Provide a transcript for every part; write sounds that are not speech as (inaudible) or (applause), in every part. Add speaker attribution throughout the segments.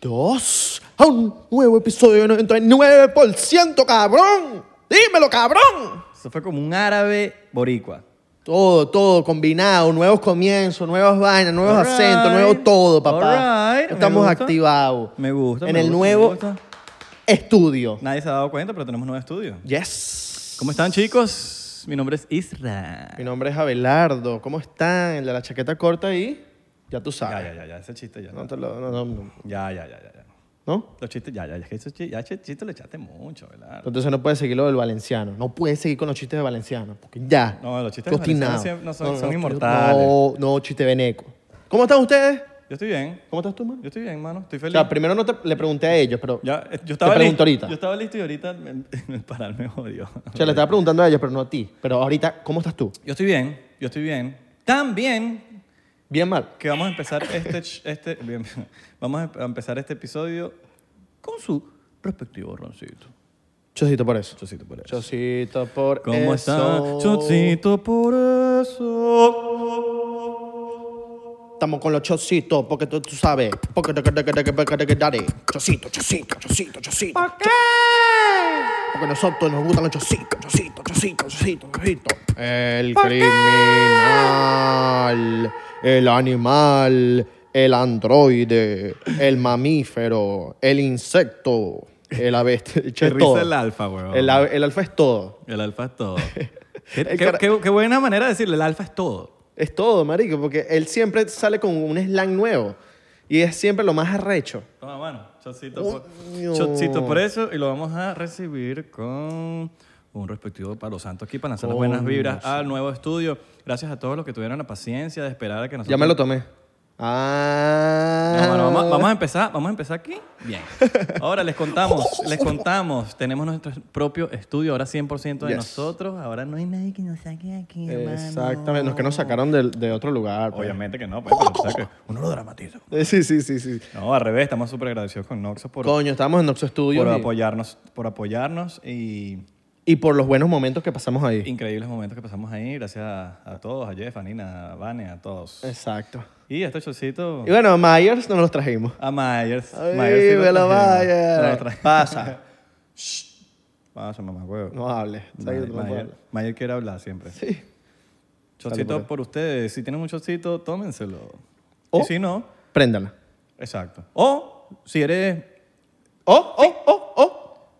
Speaker 1: Bienvenidos a un nuevo episodio de 99%, cabrón. Dímelo, cabrón.
Speaker 2: Eso fue como un árabe boricua.
Speaker 1: Todo, todo combinado, nuevos comienzos, nuevas vainas, nuevos
Speaker 2: Alright.
Speaker 1: acentos, nuevo todo, papá.
Speaker 2: Alright, me
Speaker 1: Estamos
Speaker 2: gusta.
Speaker 1: activados.
Speaker 2: Me gusta,
Speaker 1: En
Speaker 2: me
Speaker 1: el
Speaker 2: gusta, me
Speaker 1: nuevo
Speaker 2: gusta.
Speaker 1: estudio.
Speaker 2: Nadie se ha dado cuenta, pero tenemos nuevo estudio.
Speaker 1: Yes.
Speaker 2: ¿Cómo están, chicos? Mi nombre es Isra.
Speaker 1: Mi nombre es Abelardo. ¿Cómo están? El de la chaqueta corta ahí. Ya tú
Speaker 2: Ya,
Speaker 1: sabes.
Speaker 2: ya, ya, ya, ese chiste ya.
Speaker 1: No te lo. No, no, no.
Speaker 2: Ya, ya, ya, ya. ya.
Speaker 1: ¿No?
Speaker 2: Los chistes, ya, ya, ya, esos chistes, ya, ese chiste lo echaste mucho, ¿verdad?
Speaker 1: Entonces no puedes seguir lo del valenciano. No puedes seguir con los chistes de valenciano. Porque ya.
Speaker 2: No, los chistes de valenciano siempre- no son- son inmortales.
Speaker 1: No, no, chiste veneco. ¿Cómo están ustedes?
Speaker 2: Yo estoy bien,
Speaker 1: ¿Cómo estás tú, mano?
Speaker 2: yo estoy bien, mano, estoy
Speaker 1: O
Speaker 2: feliz.
Speaker 1: sea, primero no te, le pregunté a ellos, pero.
Speaker 2: ya, eh, yo estaba
Speaker 1: te pregunto
Speaker 2: listo.
Speaker 1: ahorita.
Speaker 2: Yo estaba listo y ahorita me, (laughs) me pararme odio.
Speaker 1: O sea, le estaba preguntando a ellos, pero no a ti. Pero ahorita, ¿cómo estás tú?
Speaker 2: Yo estoy bien, yo estoy bien. Tan bien
Speaker 1: Bien mal.
Speaker 2: que vamos a empezar este, ch- este bien, vamos a empezar este episodio con su respectivo roncito.
Speaker 1: Chocito por eso.
Speaker 2: Chocito por eso.
Speaker 1: Chocito por
Speaker 2: ¿Cómo está?
Speaker 1: eso.
Speaker 2: Chocito por eso.
Speaker 1: Estamos con los chocitos, porque tú, tú sabes. Porque te- que- que- que- que- que- que- que- dale. Chocito, chocito, chocito, chocito.
Speaker 2: ¿Por qué?
Speaker 1: Porque nosotros nos gustan los chocitos, chocitos, chocitos, chocitos, chocitos. El criminal, el animal, el androide, el mamífero, el insecto, el ave.
Speaker 2: (laughs)
Speaker 1: El,
Speaker 2: Qué
Speaker 1: es
Speaker 2: risa
Speaker 1: todo.
Speaker 2: el alfa, weón.
Speaker 1: El, ave- el alfa es todo.
Speaker 2: El alfa
Speaker 1: (laughs)
Speaker 2: es todo. qué,
Speaker 1: El
Speaker 2: qué-
Speaker 1: cara-
Speaker 2: qué- qué buena manera de decirle, el alfa es todo.
Speaker 1: Es todo, marico, porque él siempre sale con un slang nuevo. Y es siempre lo más arrecho.
Speaker 2: Toma, mano. Chocito,
Speaker 1: Coño.
Speaker 2: por, chocito por eso. Y lo vamos a recibir con un respectivo palo santo aquí para lanzar las buenas
Speaker 1: Coño,
Speaker 2: vibras al nuevo estudio. Gracias a todos los que tuvieron la paciencia de esperar a que nosotros...
Speaker 1: Ya me lo tomé. Ah.
Speaker 2: No, mano, vamos, a- vamos a empezar, vamos a empezar aquí. Bien. Ahora les contamos,
Speaker 1: (laughs)
Speaker 2: les contamos, tenemos nuestro propio estudio, ahora 100% de
Speaker 1: Yes.
Speaker 2: nosotros, ahora no hay nadie que nos saque de aquí, hermano.
Speaker 1: Exactamente, los que nos sacaron del- de, otro lugar. pues.
Speaker 2: Obviamente que no, pues, pero, o sea, que uno lo dramatiza.
Speaker 1: Eh, Sí, sí, sí, sí.
Speaker 2: No, al revés, estamos súper agradecidos con Noxo por,
Speaker 1: Coño, estábamos en Noxo Studios
Speaker 2: por
Speaker 1: y-
Speaker 2: apoyarnos, por apoyarnos y
Speaker 1: y, por los buenos momentos que pasamos ahí.
Speaker 2: increíbles momentos que pasamos ahí, gracias a, a todos, a Jeff, a Nina, a Vane, a todos.
Speaker 1: Exacto.
Speaker 2: Y este chocito
Speaker 1: Y bueno, a Myers nos los trajimos.
Speaker 2: a Myers.
Speaker 1: Ay,
Speaker 2: Myers sí lo
Speaker 1: velo,
Speaker 2: trajimos. No lo
Speaker 1: Myers.
Speaker 2: trajimos. (laughs)
Speaker 1: Pasa.
Speaker 2: Pasa, mamá, huevo.
Speaker 1: No hables. Sabes que
Speaker 2: Mayer,
Speaker 1: tú no
Speaker 2: Mayer-
Speaker 1: puedes.
Speaker 2: Mayer quiere hablar siempre.
Speaker 1: Sí.
Speaker 2: Chocito
Speaker 1: Dale, por
Speaker 2: por, ustedes. Si tienen un chocito, tómenselo.
Speaker 1: O-
Speaker 2: Y si no,
Speaker 1: Préndala.
Speaker 2: exacto. O si eres.
Speaker 1: Oh, oh, oh, oh.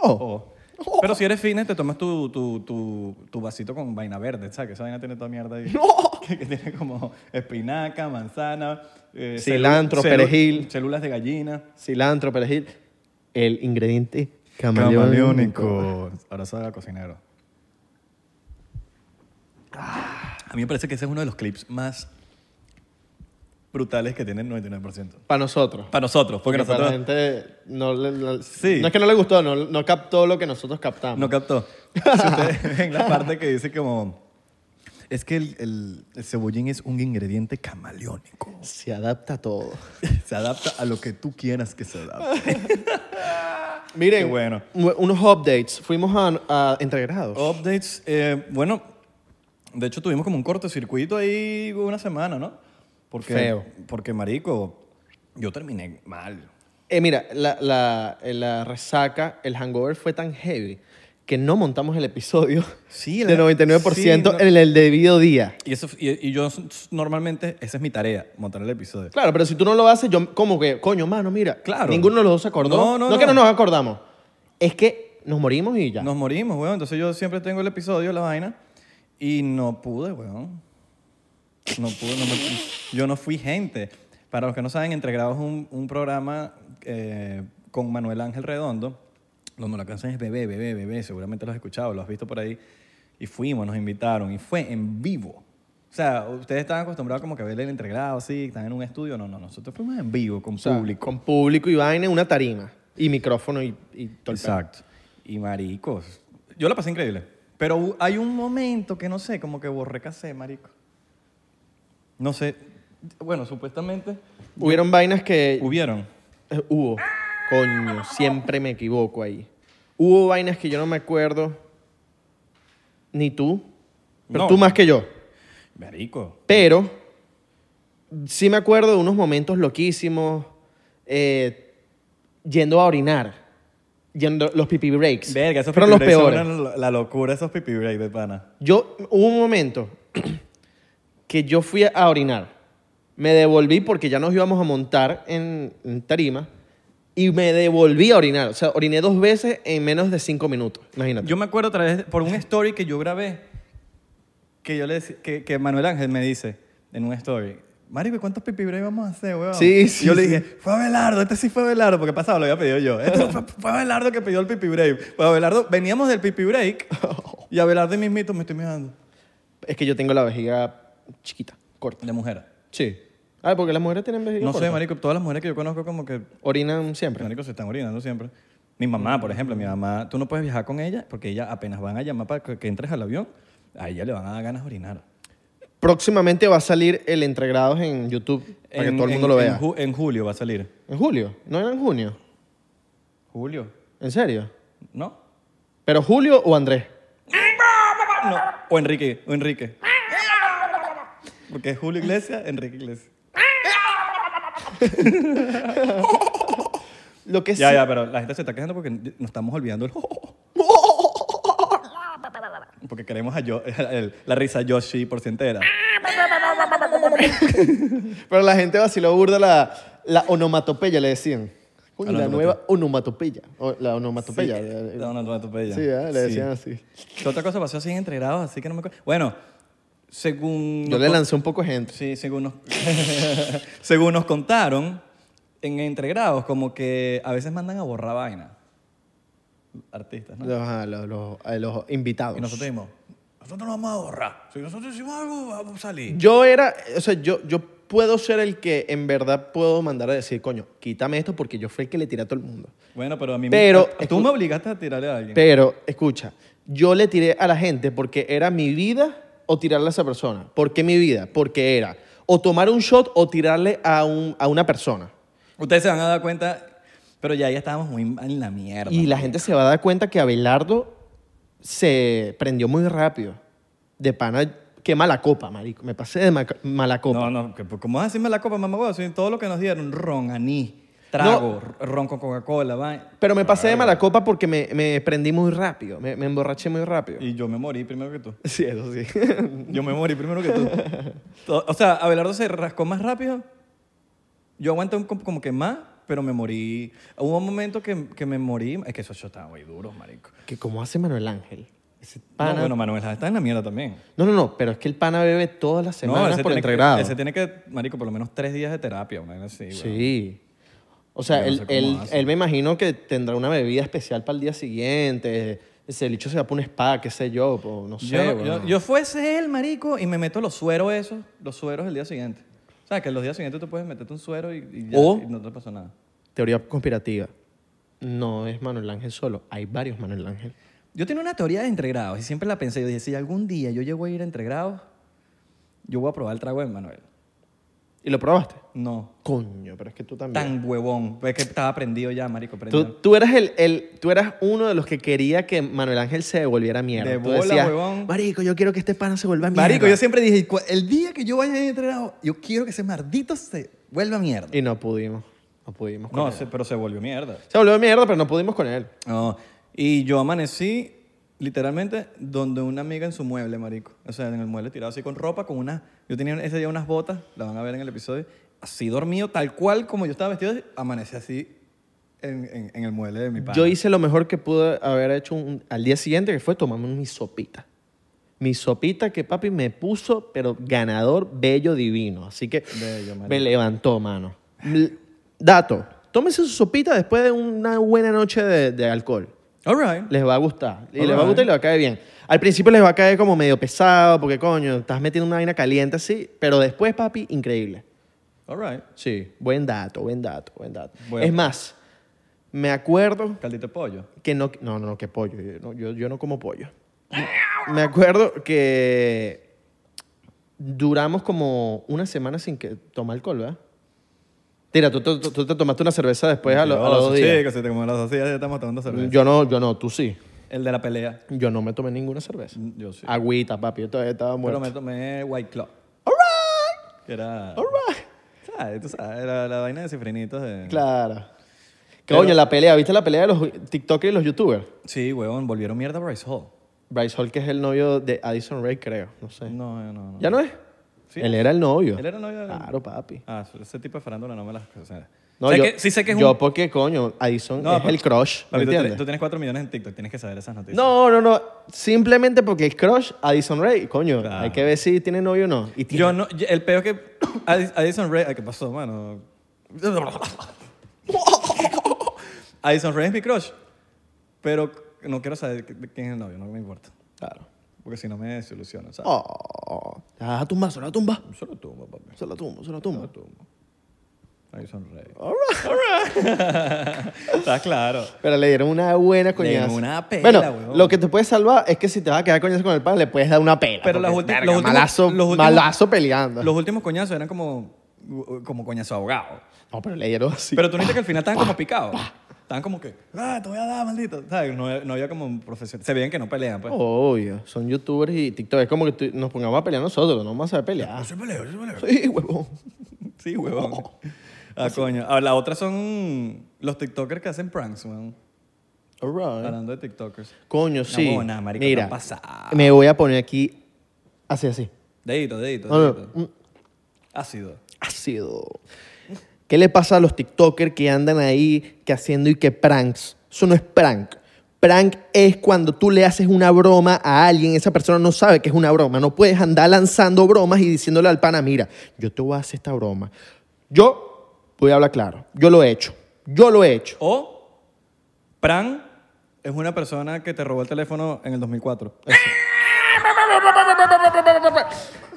Speaker 1: Oh.
Speaker 2: o. Pero si eres fitness, te tomas tu, tu, tu, tu vasito con vaina verde, ¿sabes? Que esa vaina tiene toda mierda ahí. (laughs) Que, que tiene como espinaca, manzana, eh,
Speaker 1: Cilantro, perejil.
Speaker 2: Células de gallina.
Speaker 1: Cilantro, perejil. El ingrediente camaleónico.
Speaker 2: Camaleónico. Ahora sabe a cocinero. A mí me parece que ese es uno de los clips más brutales que tiene el 99%.
Speaker 1: Para nosotros.
Speaker 2: Para nosotros, porque
Speaker 1: Porque para
Speaker 2: nosotros
Speaker 1: la gente no, le- no-
Speaker 2: Sí.
Speaker 1: no es que no le gustó, no, no captó lo que nosotros captamos.
Speaker 2: no captó. Si (laughs) ustedes ven la parte que dice como... Es que el, el- el cebollín es un ingrediente camaleónico. (laughs)
Speaker 1: Se adapta a todo.
Speaker 2: Se adapta a lo que tú quieras que se adapte.
Speaker 1: Miren,
Speaker 2: Qué bueno.
Speaker 1: u- unos updates. Fuimos a, a entregrados.
Speaker 2: Updates, eh, bueno, de hecho tuvimos como un cortocircuito ahí una semana, ¿no? Porque,
Speaker 1: Feo.
Speaker 2: Porque, marico, yo terminé mal.
Speaker 1: Eh, mira, la, la- eh, la resaca, el hangover fue tan heavy que no montamos el episodio (laughs)
Speaker 2: Sí, el-
Speaker 1: de 99%
Speaker 2: sí, no-
Speaker 1: en el debido día.
Speaker 2: Y, eso, y, y yo s- s- normalmente, esa es mi tarea, montar el episodio.
Speaker 1: Claro, pero si tú no lo haces, yo como que, coño, mano, mira,
Speaker 2: Claro.
Speaker 1: ninguno de los dos se acordó.
Speaker 2: No, no,
Speaker 1: que no
Speaker 2: no.
Speaker 1: nos acordamos. Es que nos morimos y ya.
Speaker 2: Nos morimos, weón. Entonces yo siempre tengo el episodio, la vaina, y no pude, weón. No pude, no me- yo no fui gente. Para los que no saben, Entregrados es un, un programa eh, con Manuel Ángel Redondo, donde la canción es Bebé, Bebé, Bebé. Seguramente lo has escuchado, lo has visto por ahí. Y fuimos, nos invitaron, y fue en vivo. O sea, ustedes estaban acostumbrados como que a ver el Entregrado así, están en un estudio. No, no, nosotros fuimos en vivo, con
Speaker 1: O sea,
Speaker 2: público.
Speaker 1: Con público y vaina, una tarima. Y micrófono y, y todo el pedo.
Speaker 2: Exacto. Y maricos. Yo la pasé increíble. Pero hu- hay un momento que no sé, como que borré casé, marico. No sé. Bueno, supuestamente
Speaker 1: Hubieron vainas que...
Speaker 2: hubieron.
Speaker 1: Eh, Hubo. Coño, siempre me equivoco ahí. Hubo vainas que yo no me acuerdo. Ni tú. Pero
Speaker 2: No.
Speaker 1: tú más que yo.
Speaker 2: Marico.
Speaker 1: Pero sí me acuerdo de unos momentos loquísimos eh, yendo a orinar, yendo los pipi breaks.
Speaker 2: Verga, esos
Speaker 1: Fueron
Speaker 2: pipi
Speaker 1: los
Speaker 2: breaks son
Speaker 1: peores.
Speaker 2: una- la locura, esos pipi break de pana.
Speaker 1: Yo, hubo un momento (clears throat) que yo fui a orinar. Me devolví porque ya nos íbamos a montar en, en tarima y me devolví a orinar. O sea, oriné dos veces en menos de cinco minutos. Imagínate.
Speaker 2: Yo me acuerdo otra vez, por un story que yo grabé, que yo le decí- que, que Manuel Ángel me dice en un story, Marico, ¿cuántos pipi break vamos a hacer, weón?
Speaker 1: Sí,
Speaker 2: Y
Speaker 1: sí,
Speaker 2: Yo le
Speaker 1: sí.
Speaker 2: dije, fue Abelardo, este sí fue Abelardo, porque pasado lo había pedido yo. Este fue, fue Abelardo que pidió el pipi break. Pues Abelardo, veníamos del pipi
Speaker 1: (laughs)
Speaker 2: break y Abelardo y mismito me estoy mirando.
Speaker 1: Es que yo tengo la vejiga chiquita, corta.
Speaker 2: De mujer.
Speaker 1: Sí. Ah, porque las mujeres tienen vejiga
Speaker 2: No
Speaker 1: corta.
Speaker 2: sé, Marico, todas las mujeres que yo conozco como que
Speaker 1: Orinan siempre.
Speaker 2: Marico, se están orinando siempre. Mi mamá, por ejemplo, mi mamá, tú no puedes viajar con ella porque ella apenas van a llamar para que, que entres al avión, a ella le van a dar ganas de orinar.
Speaker 1: Próximamente va a salir el Entregrados en YouTube para que
Speaker 2: En-
Speaker 1: todo el mundo
Speaker 2: en-
Speaker 1: lo
Speaker 2: en
Speaker 1: vea. En,
Speaker 2: ju- en julio va a salir.
Speaker 1: julio? ¿No era en junio?
Speaker 2: ¿Julio?
Speaker 1: ¿En serio?
Speaker 2: ¿No?
Speaker 1: ¿Pero Julio o Andrés?
Speaker 2: No. O Enrique, o Enrique. Porque es Julio Iglesias, Enrique Iglesias.
Speaker 1: Lo que
Speaker 2: Ya,
Speaker 1: sí-
Speaker 2: ya, pero la gente se está quejando porque nos estamos olvidando el... Porque queremos a Yo- (laughs) el- la risa Yoshi por si entera.
Speaker 1: Pero la gente vaciló burda la, la onomatopeya, le decían. Coño,
Speaker 2: Ah,
Speaker 1: la
Speaker 2: no,
Speaker 1: nueva onomatopeya. O la onomatopeya. eh,
Speaker 2: Sí, no, no, no, tú pedías.
Speaker 1: Sí, ¿verdad? le decían así.
Speaker 2: ¿Qué otra cosa pasó así en entregrados? Así que no me acuerdo. Bueno, según.
Speaker 1: Yo
Speaker 2: nos
Speaker 1: le
Speaker 2: con-
Speaker 1: lancé un poco de gente.
Speaker 2: Sí, según nos, (laughs) según nos contaron, en entregrados, como que a veces mandan a borrar vaina. Artistas, ¿no?
Speaker 1: Los, a los, los- a los invitados.
Speaker 2: Y nosotros dijimos, nosotros no vamos a borrar. Si nosotros hicimos algo, vamos a salir.
Speaker 1: Yo era, o sea, yo, yo puedo ser el que en verdad puedo mandar a decir, coño, quítame esto porque yo fui el que le tiré a todo el mundo.
Speaker 2: Bueno, pero a mí
Speaker 1: Pero-
Speaker 2: me. Tú me obligaste a tirarle a alguien.
Speaker 1: Pero, escucha, yo le tiré a la gente porque era mi vida o tirarle a esa persona. ¿Por qué mi vida? Porque era o tomar un shot o tirarle a, un, a una persona.
Speaker 2: Ustedes se van a dar cuenta, pero ya, ya estábamos muy en la mierda.
Speaker 1: Y la gente se va a dar cuenta que Abelardo se prendió muy rápido. De pana, qué mala copa, marico. Me pasé de maca- mala copa.
Speaker 2: No, no, que- pues, ¿cómo vas a decirme la copa, mamá? huevo? Si todo lo que nos dieron, ron, anís, trago, r- ron con Coca-Cola, va.
Speaker 1: Pero me pasé de mala copa porque me, me prendí muy rápido. Me, me emborraché muy rápido.
Speaker 2: Y yo me morí primero que tú.
Speaker 1: Sí, eso sí. (laughs)
Speaker 2: Yo me morí primero que tú. To- O sea, Abelardo se rascó más rápido. Yo aguanté un com- como que más, pero me morí. Hubo un momento que, que me morí. Es que esos shots estaban muy duros, marico.
Speaker 1: que como hace Manuel Ángel. Ese pana-
Speaker 2: No,
Speaker 1: No,
Speaker 2: bueno, Manuel está en la mierda también.
Speaker 1: no, no, Pero es que el pana bebe todas las
Speaker 2: no,
Speaker 1: semanas
Speaker 2: ese
Speaker 1: por
Speaker 2: tiene que-
Speaker 1: entregrado.
Speaker 2: Ese tiene que, marico, por lo menos tres días de terapia, una vaina así, weón.
Speaker 1: Sí. O sea,
Speaker 2: Yo no
Speaker 1: él,
Speaker 2: sé cómo
Speaker 1: él,
Speaker 2: hace.
Speaker 1: él me imagino que tendrá una bebida especial para el día siguiente. Ese bicho se va a poner spa, qué sé yo, po, no sé.
Speaker 2: Yo, yo-
Speaker 1: weón.
Speaker 2: yo fuese él, marico, y me meto los sueros esos, los sueros el día siguiente. O sea, que los días siguientes tú puedes meterte un suero y, y ya,
Speaker 1: O-
Speaker 2: y no te pasó nada.
Speaker 1: Teoría conspirativa. No es Manuel Ángel solo, hay varios Manuel Ángel.
Speaker 2: Yo tenía una teoría de entregrados y siempre la pensé. Yo dije, si algún día yo llego a ir a entregrados, yo voy a probar el trago de Manuel.
Speaker 1: ¿Y lo probaste?
Speaker 2: No,
Speaker 1: Coño, pero es que tú también.
Speaker 2: tan huevón. Es que estaba prendido ya, marico,
Speaker 1: Tú,
Speaker 2: prendido.
Speaker 1: tú eras el, el- tú eras uno de los que quería que Manuel Ángel se devolviera mierda.
Speaker 2: De
Speaker 1: Tú
Speaker 2: bola,
Speaker 1: decías,
Speaker 2: huevón.
Speaker 1: Marico, yo quiero que este pana se vuelva mierda.
Speaker 2: Marico, yo siempre dije, "Cu- el día que yo vaya a ir a entregrados, yo quiero que ese mardito se vuelva mierda.
Speaker 1: Y no pudimos. No pudimos. Con
Speaker 2: No,
Speaker 1: él.
Speaker 2: se- pero se volvió mierda.
Speaker 1: Se volvió mierda, pero no pudimos con él.
Speaker 2: No, Oh, y yo amanecí literalmente donde una amiga en su mueble, marico. O sea, en el mueble tirado así con ropa, con una... Yo tenía ese día unas botas, la van a ver en el episodio. Así dormido, tal cual como yo estaba vestido, amanecí así en, en- en el mueble de mi padre.
Speaker 1: Yo hice lo mejor que pude haber hecho un- al día siguiente, que fue tomarme mi sopita. Mi sopita que papi me puso, pero ganador, bello, divino. Así que
Speaker 2: Bello, marico.
Speaker 1: me levantó, mano. L- Dato, tómense su sopita después de una buena noche de, de alcohol.
Speaker 2: All right.
Speaker 1: Les va a gustar. Y les va a
Speaker 2: Alright.
Speaker 1: gustar y les va a caer bien. Al principio les va a caer como medio pesado, porque coño, estás metiendo una vaina caliente así, pero después, papi, increíble.
Speaker 2: All right.
Speaker 1: Sí, buen dato, buen dato, buen dato.
Speaker 2: Bueno.
Speaker 1: Es más, me acuerdo
Speaker 2: Caldito de pollo.
Speaker 1: que no, no, no, que pollo. Yo no, yo, yo no como pollo. Me acuerdo que duramos como una semana sin que tomar alcohol, ¿verdad? Tira, tú, tú- tú te tomaste una cerveza después Pues a, lo- a los dos
Speaker 2: Sí,
Speaker 1: días.
Speaker 2: que se te comen las así, ya estamos tomando cerveza.
Speaker 1: Yo no, yo no, tú sí.
Speaker 2: El de la pelea.
Speaker 1: Yo no me tomé ninguna cerveza.
Speaker 2: Yo Mm, sí.
Speaker 1: Agüita, papi, yo todavía estaba
Speaker 2: Pero
Speaker 1: muerto.
Speaker 2: me tomé White Claw. Que era...
Speaker 1: All right.
Speaker 2: ¿Sabes? Tú sabes, era la vaina de cifrinitos de...
Speaker 1: Claro.
Speaker 2: Pero-
Speaker 1: Coño, la pelea. ¿Viste la pelea de los TikTokers y los YouTubers?
Speaker 2: Sí, huevón, volvieron mierda a Bryce Hall.
Speaker 1: Bryce Hall, que es el novio de Addison Ray, creo. No sé.
Speaker 2: No, no, no.
Speaker 1: ¿Ya no es?
Speaker 2: Sí.
Speaker 1: Él era el novio.
Speaker 2: Él era el novio de...
Speaker 1: Claro, papi.
Speaker 2: Ah, ese tipo de farándula no me las... O sea,
Speaker 1: No,
Speaker 2: sé
Speaker 1: yo,
Speaker 2: que- sí sé que es
Speaker 1: yo
Speaker 2: un...
Speaker 1: porque, coño, Addison
Speaker 2: No,
Speaker 1: es
Speaker 2: pa-
Speaker 1: el crush, ¿me
Speaker 2: Papi, tú,
Speaker 1: entiendes?
Speaker 2: tienes- tú tienes 4 millones en TikTok, tienes que saber esas noticias.
Speaker 1: No, no, no. Simplemente porque el crush, Addison Ray, coño,
Speaker 2: Claro.
Speaker 1: hay que ver si tiene novio o no. Y tiene-
Speaker 2: Yo no... yo- El peor que... Addis- Addison Ray... Ay, ¿Qué pasó, mano? Addison Ray es mi crush. Pero no quiero saber qu- quién es el novio, no me importa.
Speaker 1: Claro.
Speaker 2: Porque si no me desilusiono, ¿sabes?
Speaker 1: Oh. Se la tumba, se la tumba.
Speaker 2: Solo tumbo, papi.
Speaker 1: Se la tumba, se la tumba.
Speaker 2: Solo tumbo. Addison Ray. All right. (laughs) Está claro.
Speaker 1: Pero le dieron una buena coñaza.
Speaker 2: dieron una pela,
Speaker 1: Bueno,
Speaker 2: weón.
Speaker 1: lo que te puede salvar es que si te vas a quedar coñazo con el pan, le puedes dar una pela.
Speaker 2: Pero las
Speaker 1: porque,
Speaker 2: ulti-
Speaker 1: verga,
Speaker 2: los últimos-
Speaker 1: malazo,
Speaker 2: los últimos-
Speaker 1: malazo peleando.
Speaker 2: Los últimos coñazos eran como, como coñazo ahogado.
Speaker 1: No, pero le dieron así.
Speaker 2: Pero tú no viste que al final estaban
Speaker 1: Ah,
Speaker 2: como picados. Estaban como que, ah, te voy a dar, maldito. ¿Sabes? No, no había como un profesional. Se veían que no
Speaker 1: Oh.
Speaker 2: pelean, pues.
Speaker 1: Obvio, son youtubers y tiktok. Es como que tú- nos pongamos a pelear nosotros, no vamos a saber pelear.
Speaker 2: se peleo, yo se peleo.
Speaker 1: Sí, huevón.
Speaker 2: Sí, huevón.
Speaker 1: Oh.
Speaker 2: Ah, coño. Ah, la otra son los TikTokers que hacen pranks, weón.
Speaker 1: All right.
Speaker 2: Hablando de TikTokers.
Speaker 1: Coño, sí.
Speaker 2: huevona, marico,
Speaker 1: Mira,
Speaker 2: está pasada.
Speaker 1: me voy a poner aquí así, así.
Speaker 2: Dedito, dedito,
Speaker 1: No, no,
Speaker 2: dedito.
Speaker 1: mm,
Speaker 2: Ácido.
Speaker 1: ácido. ¿Qué le pasa a los TikTokers que andan ahí, que haciendo y que pranks? Eso no es prank. Prank es cuando tú le haces una broma a alguien, esa persona no sabe que es una broma. No puedes andar lanzando bromas y diciéndole al pana, mira, yo te voy a hacer esta broma. Yo voy a hablar claro. Yo lo he hecho. Yo lo he hecho.
Speaker 2: O prank es una persona que te robó el teléfono en el 2004.
Speaker 1: Eh,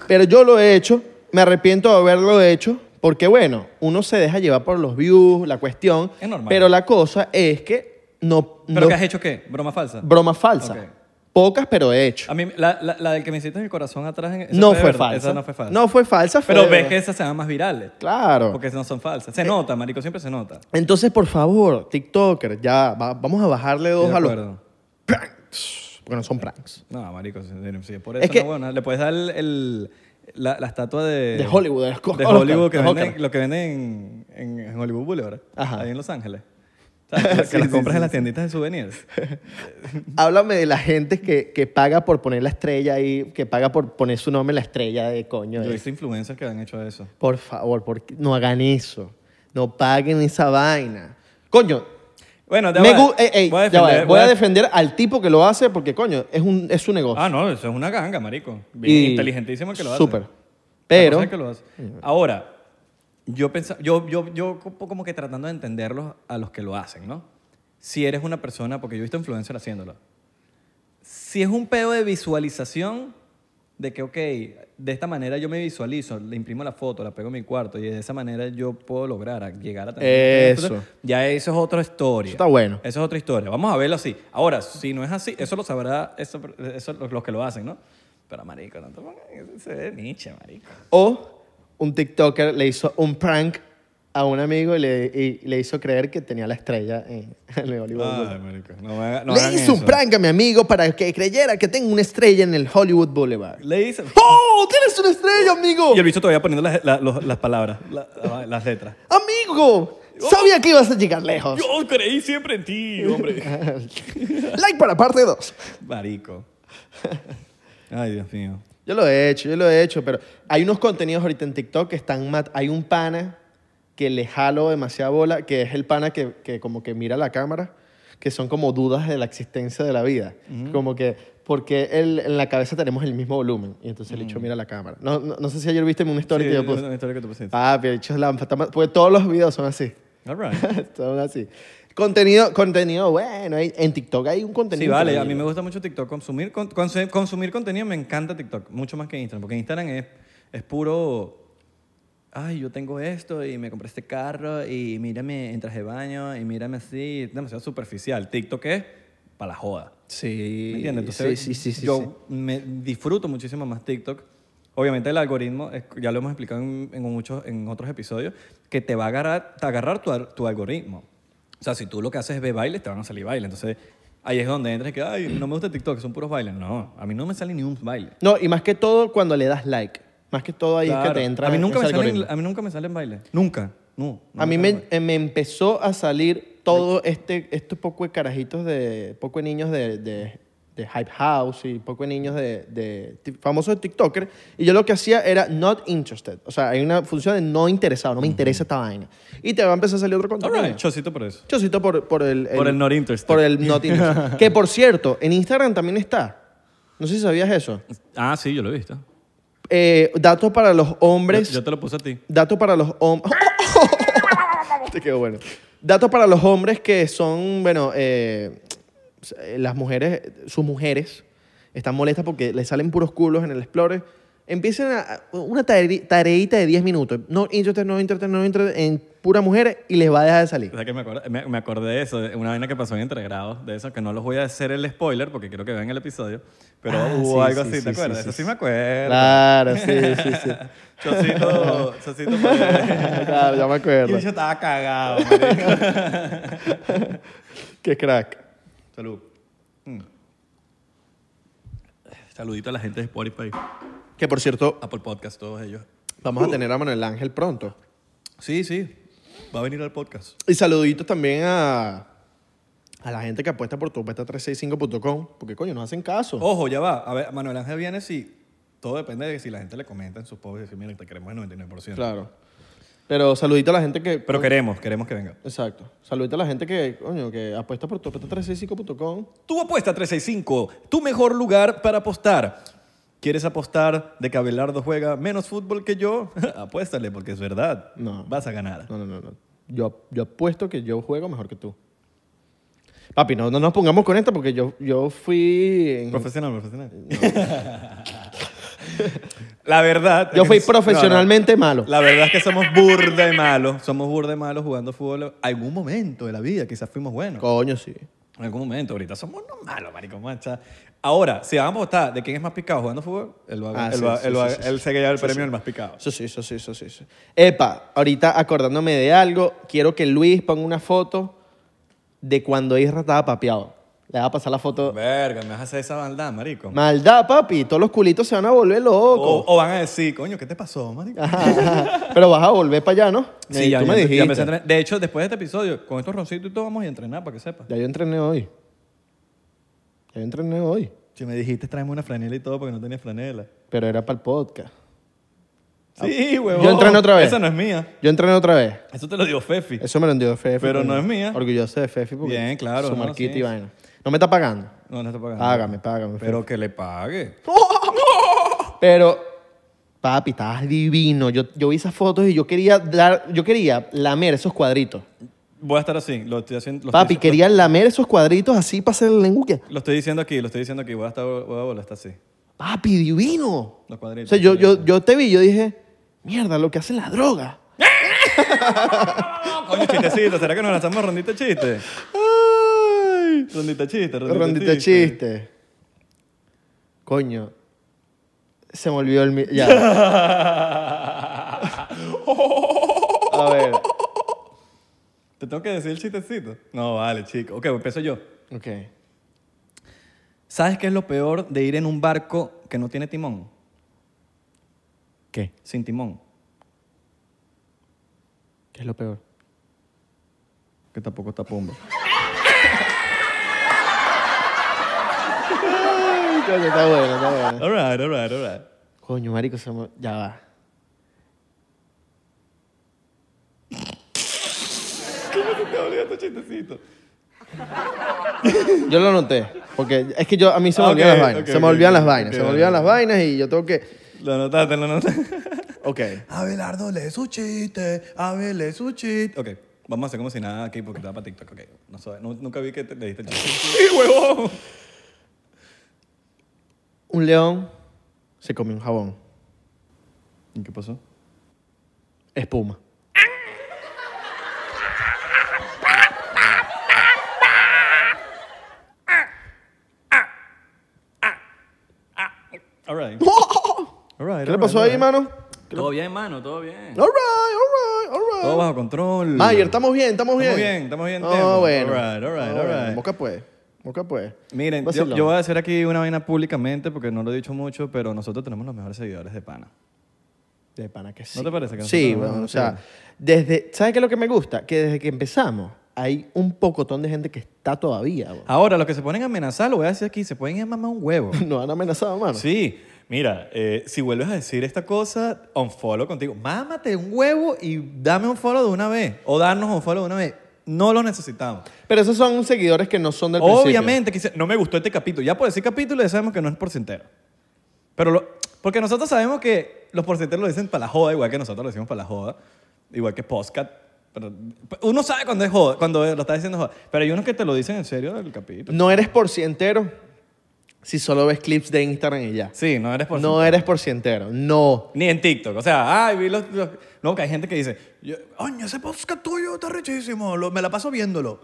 Speaker 1: Pero yo lo he hecho, me arrepiento de haberlo hecho, porque bueno, uno se deja llevar por los views, la cuestión.
Speaker 2: Es normal.
Speaker 1: Pero la cosa es que no...
Speaker 2: ¿Pero
Speaker 1: no-
Speaker 2: qué has hecho qué? ¿Broma falsa?
Speaker 1: Broma falsa.
Speaker 2: Ok.
Speaker 1: Pocas, pero he hecho.
Speaker 2: A mí, la, la, la del que me hiciste el corazón atrás. en- esa
Speaker 1: No fue,
Speaker 2: verdad,
Speaker 1: falsa.
Speaker 2: Esa no fue falsa.
Speaker 1: No fue falsa, fue-
Speaker 2: Pero ves que esas se van más virales.
Speaker 1: Claro.
Speaker 2: Porque no son falsas.
Speaker 1: Eh,
Speaker 2: Se nota, marico, siempre se nota.
Speaker 1: Entonces, por favor, TikToker, ya va- vamos a bajarle dos
Speaker 2: Estoy de
Speaker 1: a los
Speaker 2: acuerdo.
Speaker 1: pranks. Porque no son pranks. (laughs)
Speaker 2: No, marico, si, si es por eso,
Speaker 1: Es que-
Speaker 2: no, bueno, le puedes dar el, el- la, la estatua de...
Speaker 1: De Hollywood, de los co-
Speaker 2: de
Speaker 1: Oscar,
Speaker 2: Hollywood, que
Speaker 1: los
Speaker 2: venden-
Speaker 1: Oscar.
Speaker 2: lo que venden en, en Hollywood Boulevard,
Speaker 1: Ajá.
Speaker 2: ahí en Los Ángeles.
Speaker 1: (laughs)
Speaker 2: ¿Sabes?
Speaker 1: Sí,
Speaker 2: que las
Speaker 1: sí,
Speaker 2: compras
Speaker 1: sí,
Speaker 2: en las tienditas de
Speaker 1: (laughs)
Speaker 2: souvenirs.
Speaker 1: Háblame de la gente que, que paga por poner la estrella ahí, que paga por poner su nombre en la estrella de coño.
Speaker 2: Yo
Speaker 1: de-
Speaker 2: he visto influencers que han hecho eso.
Speaker 1: Por favor, por- no hagan eso. No paguen esa vaina. Coño,
Speaker 2: Bueno, ya
Speaker 1: me
Speaker 2: va.
Speaker 1: gu- ey, ey,
Speaker 2: voy a
Speaker 1: ya va,
Speaker 2: defender...
Speaker 1: voy a defender al tipo que lo hace porque, coño, es, un, es su negocio.
Speaker 2: Ah, no, eso es una ganga, marico.
Speaker 1: Y-
Speaker 2: Bien Inteligentísimo el que lo hace.
Speaker 1: Súper.
Speaker 2: La
Speaker 1: Pero,
Speaker 2: cosa es que lo hace. Ahora, yo, pensaba, yo, yo, yo co- como que tratando de entenderlos a los que lo hacen, ¿no? Si eres una persona, porque yo he visto influencer haciéndolo. Si es un pedo de visualización, de que, ok, de esta manera yo me visualizo, le imprimo la foto, la pego en mi cuarto y de esa manera yo puedo lograr a- llegar a tener-
Speaker 1: Eso.
Speaker 2: Ya eso es otra historia.
Speaker 1: Eso está bueno.
Speaker 2: Esa es otra historia. Vamos a verlo así. Ahora, si no es así, eso lo sabrá eso, eso los los que lo hacen, ¿no? Pero, marico, no te pongas... Se ve Nietzsche, marico.
Speaker 1: o un TikToker le hizo un prank a un amigo y le, y le hizo creer que tenía la estrella en, (laughs) en el Hollywood Boulevard.
Speaker 2: Ay, marico, no me haga- Ah, no
Speaker 1: le
Speaker 2: hagan
Speaker 1: hizo un
Speaker 2: eso.
Speaker 1: prank a mi amigo para que creyera que tengo una estrella en el Hollywood Boulevard.
Speaker 2: Le hizo.
Speaker 1: ¡Oh! ¡Tienes una estrella, amigo!
Speaker 2: Y el bicho todavía poniendo las, la- los- las palabras, la- la- las letras.
Speaker 1: ¡Amigo! Sabía que ibas a llegar lejos.
Speaker 2: Yo creí siempre en ti, hombre.
Speaker 1: (laughs) Like para parte 2.
Speaker 2: (laughs) Marico. Ay, Dios mío.
Speaker 1: Yo lo he hecho, yo lo he hecho, pero hay unos contenidos ahorita en TikTok que están mat Hay un pana que le jalo demasiada bola, que es el pana que, que como que mira la cámara, que son como dudas de la existencia de la vida. Como que, porque él, en la cabeza tenemos el mismo volumen. Y entonces el hecho mira la cámara. No, no, no sé si ayer viste una historia
Speaker 2: Mm. Sí,
Speaker 1: que yo
Speaker 2: es
Speaker 1: puse.
Speaker 2: una historia que tú pusiste.
Speaker 1: pues. Papi, el bicho es la... está ma- Porque todos los videos son así. (laughs)
Speaker 2: All right.
Speaker 1: son así. Contenido, contenido bueno. hay- en TikTok hay un contenido.
Speaker 2: Sí, vale. A
Speaker 1: increíble.
Speaker 2: mí me gusta mucho TikTok. Consumir, con- conse- consumir contenido me encanta TikTok. Mucho más que Instagram. Porque Instagram es, es puro... Ay, yo tengo esto y me compré este carro y mírame en traje de baño y mírame así. Es demasiado superficial. TikTok es para la joda.
Speaker 1: Sí.
Speaker 2: ¿Me entiendes? Entonces,
Speaker 1: sí, sí, sí, sí,
Speaker 2: yo
Speaker 1: sí.
Speaker 2: me disfruto muchísimo más TikTok. Obviamente el algoritmo, es- ya lo hemos explicado en, en muchos, en otros episodios, que te va a agarrar, te va a agarrar tu, al- tu algoritmo. O sea, si tú lo que haces es ver bailes, te van a salir bailes. Entonces, ahí es donde entras y que, ay, no me gusta TikTok, son puros bailes. No, a mí no me sale ni un baile.
Speaker 1: No, y más que todo cuando le das like. Más que todo ahí
Speaker 2: Claro.
Speaker 1: que te entra
Speaker 2: a mí nunca
Speaker 1: ese
Speaker 2: me salen,
Speaker 1: algoritmo.
Speaker 2: a mí nunca me salen bailes. Nunca. No. no
Speaker 1: A mí
Speaker 2: salen
Speaker 1: me, eh, me empezó a salir todo este, estos poco de carajitos de, poco de niños de, de, de Hype House y poco de niños de, de ti- famosos TikToker. Y yo lo que hacía era not interested. O sea, hay una función de no interesado, no me interesa esta vaina. Y te va a empezar a salir otro
Speaker 2: bailes.
Speaker 1: contenido.
Speaker 2: All right, Chocito por eso.
Speaker 1: Chocito por, por el,
Speaker 2: Por el not interested.
Speaker 1: Por el not
Speaker 2: (laughs)
Speaker 1: interested. que por cierto, en Instagram también está. No sé si sabías eso.
Speaker 2: Ah, sí, yo lo he visto.
Speaker 1: Eh, datos para los
Speaker 2: Yo,
Speaker 1: hombres.
Speaker 2: yo te lo puse a ti.
Speaker 1: Dato para los hombres. (laughs) Te quedó bueno. Dato para los hombres que son, bueno, eh, las mujeres, sus mujeres están molestas porque les salen puros culos en el Explorer. Empiecen a- una tare- tareita de 10 minutos. No interested, no interested, no interested en puras mujeres y les va a dejar de salir.
Speaker 2: O sea, que me, acuerdo- me, me acordé de eso, de una vaina que pasó en Entregrados, de eso, que no los voy a hacer el spoiler porque quiero que vean el episodio, pero
Speaker 1: Ah,
Speaker 2: hubo
Speaker 1: sí,
Speaker 2: algo
Speaker 1: sí,
Speaker 2: así,
Speaker 1: sí,
Speaker 2: ¿te
Speaker 1: sí,
Speaker 2: acuerdas?
Speaker 1: sí,
Speaker 2: eso sí
Speaker 1: sí.
Speaker 2: me acuerdo.
Speaker 1: Claro, sí, sí,
Speaker 2: (laughs)
Speaker 1: sí.
Speaker 2: Chocito, (laughs) chocito. por-
Speaker 1: claro, ya me
Speaker 2: Y yo
Speaker 1: acuerdo.
Speaker 2: estaba cagado, marico.
Speaker 1: Qué crack.
Speaker 2: Salud. Mm. Saludito a la gente de Spotify,
Speaker 1: Que por cierto,
Speaker 2: Apple Podcast, todos ellos.
Speaker 1: vamos a tener a Manuel Ángel pronto.
Speaker 2: Sí, sí, va a venir al podcast.
Speaker 1: Y saluditos también a, a la gente que apuesta por tu apuesta365.com, porque coño, nos hacen caso.
Speaker 2: Ojo, ya va. A ver, Manuel Ángel viene si... Todo depende de si la gente le comenta en sus posts y dice, mira, te queremos el 99%.
Speaker 1: Claro. Pero saludito a la gente que.
Speaker 2: Pero queremos, queremos que venga.
Speaker 1: Exacto. Saludito a la gente que, coño, que apuesta por tu apuesta365.com.
Speaker 2: Tu apuesta 365, tu mejor lugar para apostar. ¿Quieres apostar de que Abelardo juega menos fútbol que yo? (laughs) Apuéstale, porque es verdad.
Speaker 1: No.
Speaker 2: Vas a ganar.
Speaker 1: No, no, no, no. Yo, yo apuesto que yo juego mejor que tú. Papi, no, no nos pongamos con esta porque yo, yo fui. en-
Speaker 2: Profesional, profesional. (laughs) la verdad.
Speaker 1: yo fui
Speaker 2: es que-
Speaker 1: profesionalmente
Speaker 2: no,
Speaker 1: malo.
Speaker 2: no. La verdad es que somos burda de malos. Somos burda de malos jugando fútbol. Algún momento de la vida, quizás fuimos buenos.
Speaker 1: Coño, sí.
Speaker 2: En algún momento, ahorita somos unos malos, marico mancha. Ahora, si vamos a votar de quién es más picado jugando fútbol, él, va, a-
Speaker 1: Ah,
Speaker 2: él,
Speaker 1: sí,
Speaker 2: va-
Speaker 1: sí,
Speaker 2: él, va-
Speaker 1: sí, sí,
Speaker 2: él
Speaker 1: sí.
Speaker 2: se lleva el
Speaker 1: Sí,
Speaker 2: premio
Speaker 1: sí.
Speaker 2: el más picado.
Speaker 1: Eso sí, eso sí, eso sí, eso sí. Epa, ahorita acordándome de algo, quiero que Luis ponga una foto de cuando Isra estaba papeado. Le va a pasar la foto.
Speaker 2: Verga, me vas a hacer esa maldad, marico.
Speaker 1: Maldad, papi. Todos los culitos se van a volver locos.
Speaker 2: O, o van a decir, coño, ¿qué te pasó, marico?
Speaker 1: Ajá, ajá. (laughs) Pero vas a volver para allá, ¿no?
Speaker 2: Sí, ya,
Speaker 1: Tú
Speaker 2: ya
Speaker 1: Ah, me
Speaker 2: empe- ya
Speaker 1: dijiste.
Speaker 2: empecé a entrenar. De hecho, después de este episodio, con estos roncitos y todo, vamos a entrenar para que sepas.
Speaker 1: Ya yo entrené hoy. Ya yo entrené hoy.
Speaker 2: Si me dijiste, tráeme una franela y todo porque no tenía franela. Ah,
Speaker 1: Pero era para el podcast.
Speaker 2: Sí, huevón.
Speaker 1: Yo entreno otra vez.
Speaker 2: Esa no es mía.
Speaker 1: Yo entrené otra vez.
Speaker 2: Eso te lo dio Fefi.
Speaker 1: Eso me lo dio Fefi.
Speaker 2: Pero
Speaker 1: coño.
Speaker 2: no es mía.
Speaker 1: Orgulloso de Fefi porque
Speaker 2: Bien, claro,
Speaker 1: su
Speaker 2: no,
Speaker 1: marquita
Speaker 2: sí.
Speaker 1: y vaina. No me está pagando.
Speaker 2: No, no está pagando.
Speaker 1: Págame, págame.
Speaker 2: Pero que le pague.
Speaker 1: Pero, papi, estabas divino. Yo, yo vi esas fotos y yo quería dar, yo quería lamer esos cuadritos.
Speaker 2: Voy a estar así. Lo estoy haciendo. lo
Speaker 1: Papi,
Speaker 2: estoy-
Speaker 1: quería lamer esos cuadritos así para hacer el lenguaje.
Speaker 2: Lo estoy diciendo aquí, lo estoy diciendo aquí. Voy a estar, voy a volar hasta así.
Speaker 1: Papi, divino.
Speaker 2: Los
Speaker 1: O
Speaker 2: cuadritos.
Speaker 1: sea, yo, yo, yo te vi y yo dije, mierda, lo que hacen las drogas.
Speaker 2: Coño, chistecito. ¿Será que nos lanzamos rondita chiste?
Speaker 1: Ay,
Speaker 2: Rondita chiste, rondita,
Speaker 1: rondita chiste. Coño. Se me olvidó el... mi- Ya. A ver.
Speaker 2: (laughs) ¿Te tengo que decir el chistecito? No, vale, chico. Ok, empiezo yo.
Speaker 1: Ok.
Speaker 2: ¿Sabes qué es lo peor de ir en un barco que no tiene timón?
Speaker 1: ¿Qué?
Speaker 2: Sin timón.
Speaker 1: ¿Qué es lo peor?
Speaker 2: Que tampoco está pombo.
Speaker 1: Ay, coño, está bueno, está bueno.
Speaker 2: All right, all right, all right.
Speaker 1: Coño, marico, se me- ya va.
Speaker 2: ¿Cómo se te olvidó tu chistecito?
Speaker 1: este (laughs) Yo lo noté, porque es que yo a mí se me
Speaker 2: Ah, ok,
Speaker 1: olvidan las vainas,
Speaker 2: ok,
Speaker 1: se me
Speaker 2: ok,
Speaker 1: olvidan las
Speaker 2: ok,
Speaker 1: vainas,
Speaker 2: ok,
Speaker 1: se me
Speaker 2: vale,
Speaker 1: olvidan
Speaker 2: vale.
Speaker 1: las vainas y yo tengo que
Speaker 2: Lo notaste, lo notaste.
Speaker 1: Ok.
Speaker 2: Abelardo lee su chiste, Abel lee su chiste. Ok, vamos a hacer como si nada aquí porque estaba para TikTok. Ok, no sé, nu- nunca vi que te leíste el chiste. (laughs) ¡Sí, huevón!
Speaker 1: Un león se comió un jabón,
Speaker 2: ¿Y qué pasó?
Speaker 1: espuma.
Speaker 2: All
Speaker 1: (laughs)
Speaker 2: right. All right,
Speaker 1: ¿Qué le pasó ahí, mano?
Speaker 2: Todo bien, mano, todo bien.
Speaker 1: All right, all right, all right.
Speaker 2: Todo bajo control.
Speaker 1: Mayer, estamos bien, estamos bien.
Speaker 2: Estamos bien, estamos bien,
Speaker 1: No,
Speaker 2: Temo.
Speaker 1: bueno.
Speaker 2: All right, all right,
Speaker 1: No,
Speaker 2: all
Speaker 1: bueno.
Speaker 2: right.
Speaker 1: Moca pues. Moca pues.
Speaker 2: Miren, yo,
Speaker 1: Vacilón.
Speaker 2: yo voy a decir aquí una vaina públicamente porque no lo he dicho mucho, pero nosotros tenemos los mejores seguidores de Pana.
Speaker 1: De pana que sí.
Speaker 2: te parece que
Speaker 1: Sí,
Speaker 2: nosotros
Speaker 1: bueno,
Speaker 2: vamos a
Speaker 1: o sea, desde, ¿sabes qué es lo que me gusta? Que desde que empezamos hay un pocotón de gente que está todavía, weón.
Speaker 2: Ahora, los que se ponen a amenazar, lo voy a decir aquí, se pueden ir a mamar un huevo.
Speaker 1: (laughs) Nos han amenazado, mano.
Speaker 2: Sí, mira, eh, si vuelves a decir esta cosa, unfollow contigo. Mámate un huevo y dame un follow de una vez. O darnos un follow de una vez. No lo necesitamos.
Speaker 1: Pero esos son seguidores que no son del principio.
Speaker 2: Obviamente, quizá- no me gustó este capítulo. Ya por decir capítulo, ya sabemos que no es porcentero. Pero lo- porque nosotros sabemos que los porcenteros lo dicen para la joda, igual que nosotros lo decimos para la joda, igual que podcast. Pero uno sabe cuando es joda, cuando lo está diciendo joda. Pero hay unos que te lo dicen en serio del capítulo.
Speaker 1: No eres porcientero si solo ves clips de Instagram y ya.
Speaker 2: Sí, no eres por
Speaker 1: No eres porcientero. No.
Speaker 2: Ni en TikTok. O sea, ay, vi los. los- No, que hay gente que dice, yo- oño, ese podcast tuyo está rechísimo, lo- me la paso viéndolo.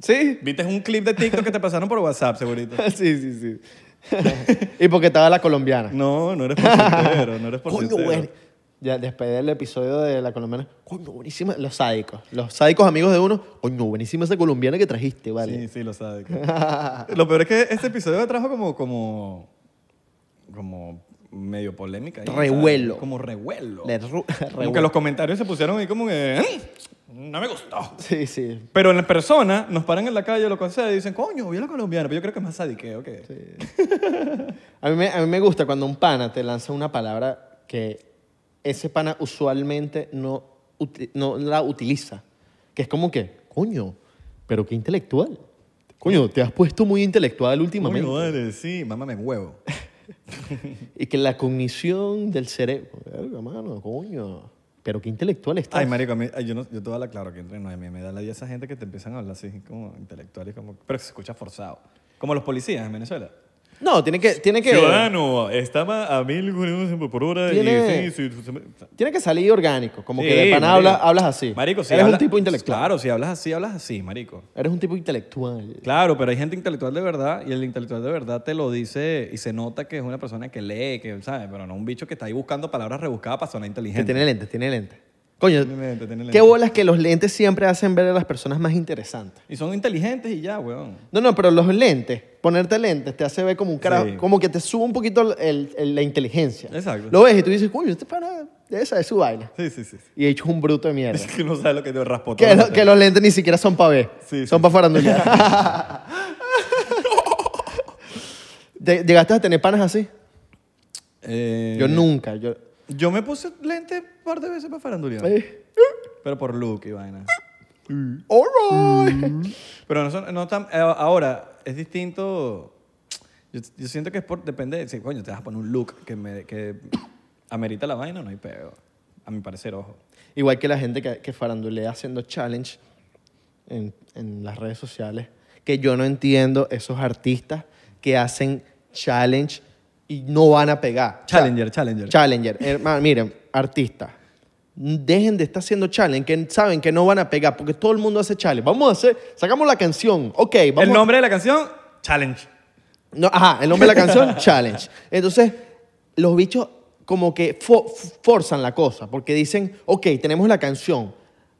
Speaker 1: ¿Sí?
Speaker 2: Viste un clip de TikTok que te pasaron por WhatsApp, segurito.
Speaker 1: (laughs) sí, sí, sí. (laughs) y porque estaba la colombiana.
Speaker 2: No, no eres porcentero, no eres porcentero.
Speaker 1: Coño, güey. Ya después del episodio de la colombiana, coño, buenísima. Los sádicos. Los sádicos amigos de uno, coño, buenísima esa colombiana que trajiste,
Speaker 2: Sí,
Speaker 1: vale.
Speaker 2: sí, lo
Speaker 1: (laughs)
Speaker 2: sabe. lo peor es que este episodio trajo como, como, como medio polémica. ahí,
Speaker 1: Revuelo.
Speaker 2: ¿sabes? Como revuelo.
Speaker 1: Le ru-
Speaker 2: Como que los comentarios se pusieron ahí como que, "Mm, no me gustó.
Speaker 1: Sí, sí.
Speaker 2: Pero en la persona nos paran en la calle, lo conceden y dicen, coño, vi a la colombiana, pero yo creo que es más sadiqueo que...
Speaker 1: A mí, me, a mí me gusta cuando un pana te lanza una palabra que ese pana usualmente no, uti- no la utiliza. Que es como que, coño, pero qué intelectual. Coño, te has puesto muy intelectual últimamente.
Speaker 2: Coño, eh. vale, sí, mámame
Speaker 1: (laughs)
Speaker 2: huevo.
Speaker 1: Y que la cognición del cerebro. Verga, mano, coño. Pero qué intelectual estás.
Speaker 2: Ay, marico, a mí- ay, yo, no, yo te voy a hablar claro que entre no, a mí me da la idea esa gente que te empiezan a hablar así como intelectuales, como, pero se escucha forzado. Como los policías en Venezuela.
Speaker 1: No, tiene que, tiene que,
Speaker 2: Ciudadano, estaba a mil kilómetros por hora
Speaker 1: Tiene-
Speaker 2: y sí, sí, sí.
Speaker 1: tiene que salir orgánico. Como que
Speaker 2: Sí,
Speaker 1: de pana
Speaker 2: marico.
Speaker 1: habla- hablas así.
Speaker 2: Marico, si
Speaker 1: Eres
Speaker 2: habla-
Speaker 1: un tipo intelectual.
Speaker 2: Claro, si hablas así, hablas así, marico.
Speaker 1: Eres un tipo intelectual.
Speaker 2: Claro, pero hay gente intelectual de verdad y el intelectual de verdad te lo dice y se nota que es una persona que lee, que sabe, pero no un bicho que está ahí buscando palabras rebuscadas para sonar
Speaker 1: Que
Speaker 2: inteligente.
Speaker 1: tiene lentes, tiene lentes. Coño,
Speaker 2: Tiene lentes, tiene
Speaker 1: qué
Speaker 2: lentes.
Speaker 1: bolas que los lentes siempre hacen ver a las personas más interesantes.
Speaker 2: Y son inteligentes y ya, weón.
Speaker 1: No, no, pero los lentes, ponerte lentes te hace ver como un carajo,
Speaker 2: Sí.
Speaker 1: como que te sube un poquito el- el- la inteligencia.
Speaker 2: Exacto.
Speaker 1: Lo ves y tú dices, coño, este pana debe saber su vaina.
Speaker 2: Sí, sí, sí.
Speaker 1: Y he hecho un bruto de mierda.
Speaker 2: Es que no sabe lo que te raspó todo.
Speaker 1: que, lo- que los lentes ni siquiera son para ver,
Speaker 2: Sí,
Speaker 1: son
Speaker 2: sí.
Speaker 1: para farandulear.
Speaker 2: (laughs)
Speaker 1: ¿Te- ¿Llegaste a tener panas así?
Speaker 2: Eh,
Speaker 1: Yo nunca. Yo,
Speaker 2: Yo me puse lente un par de veces para farandulear.
Speaker 1: Eh.
Speaker 2: Pero por look y vaina.
Speaker 1: All right.
Speaker 2: Mm. Pero no, son- no tan- eh, ahora, es distinto. Yo, yo siento que es por, depende de si, coño, te vas a poner un look que, me- que amerita la vaina, no hay peo. A mi parecer, ojo.
Speaker 1: Igual que la gente que, que farandulea haciendo challenge en, en las redes sociales, que yo no entiendo esos artistas que hacen challenge y no van a pegar. O sea,
Speaker 2: Challenger, challenger.
Speaker 1: Challenger. Hermano, miren, artistas, dejen de estar haciendo challenge, que saben que no van a pegar, porque todo el mundo hace challenge. Vamos a hacer, sacamos la canción, ok, vamos
Speaker 2: El nombre de la canción, challenge.
Speaker 1: no, ajá, el nombre de la canción,
Speaker 2: (laughs)
Speaker 1: Challenge. Entonces, los bichos como que fo- forzan la cosa, porque dicen, ok, tenemos la canción,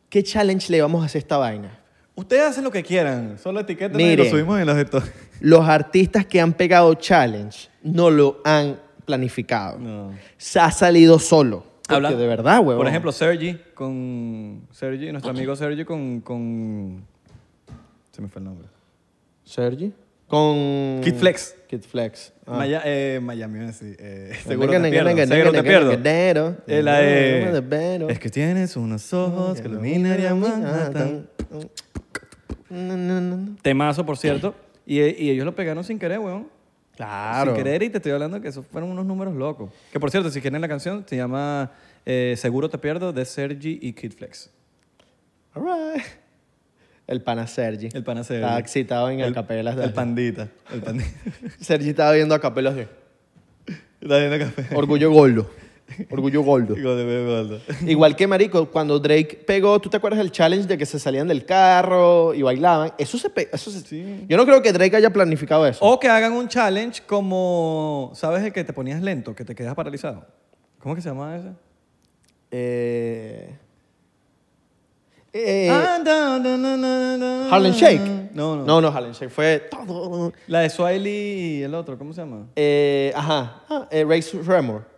Speaker 1: ¿qué challenge le vamos a hacer a esta vaina?
Speaker 2: Ustedes hacen lo que quieran, solo etiquetan y lo
Speaker 1: Miren.
Speaker 2: subimos en los de todos.
Speaker 1: Los artistas que han pegado challenge no lo han planificado.
Speaker 2: No.
Speaker 1: Se ha salido solo. Porque
Speaker 2: Hablan-
Speaker 1: de verdad, huevón.
Speaker 2: Por ejemplo, Sergi con. Sergi, nuestro amigo Sergi con. con se me fue el nombre.
Speaker 1: Sergi con
Speaker 2: Kid Flex.
Speaker 1: Kid Flex. Ah.
Speaker 2: Maya- eh, Miami, sí. eh, seguro
Speaker 1: Venga, venga,
Speaker 2: te pierdo.
Speaker 1: venga,
Speaker 2: seguro
Speaker 1: venga,
Speaker 2: te
Speaker 1: venga,
Speaker 2: pierdo.
Speaker 1: venga,
Speaker 2: Eh, la de-
Speaker 1: venga, venga,
Speaker 2: Es que tienes unos ojos que iluminarían Manhattan.
Speaker 1: No, no, no, no.
Speaker 2: Temazo, por cierto. Y, y ellos lo pegaron sin querer, weón.
Speaker 1: Claro.
Speaker 2: Sin querer, y te estoy hablando que esos fueron unos números locos. Que por cierto, si quieren la canción, se llama eh, Seguro te pierdo de Sergi y Kid Flex.
Speaker 1: All right. El pana Sergi.
Speaker 2: El pana Sergi.
Speaker 1: Estaba excitado en
Speaker 2: El-
Speaker 1: acapelas. de-
Speaker 2: El pandita. El pandita. (laughs)
Speaker 1: Sergi estaba viendo acapelas de
Speaker 2: Está viendo café.
Speaker 1: Orgullo Goldo. Orgullo Goldo.
Speaker 2: Gordo, gordo, gordo.
Speaker 1: Igual que Marico, cuando Drake pegó, ¿tú te acuerdas del challenge de que se salían del carro y bailaban? Eso se. pe- Eso se-
Speaker 2: Sí.
Speaker 1: Yo no creo que Drake haya planificado eso.
Speaker 2: O que hagan un challenge como, ¿sabes el que te ponías lento, que te quedas paralizado? ¿Cómo que se llama ese?
Speaker 1: Eh, eh,
Speaker 2: Ah, da, da, da, da, da.
Speaker 1: Harlem Shake.
Speaker 2: No, no,
Speaker 1: No, no, Harlem Shake. Fue todo.
Speaker 2: La de Swiley y el otro, ¿cómo se llama?
Speaker 1: Eh, ajá. Ah, eh, Race Remor.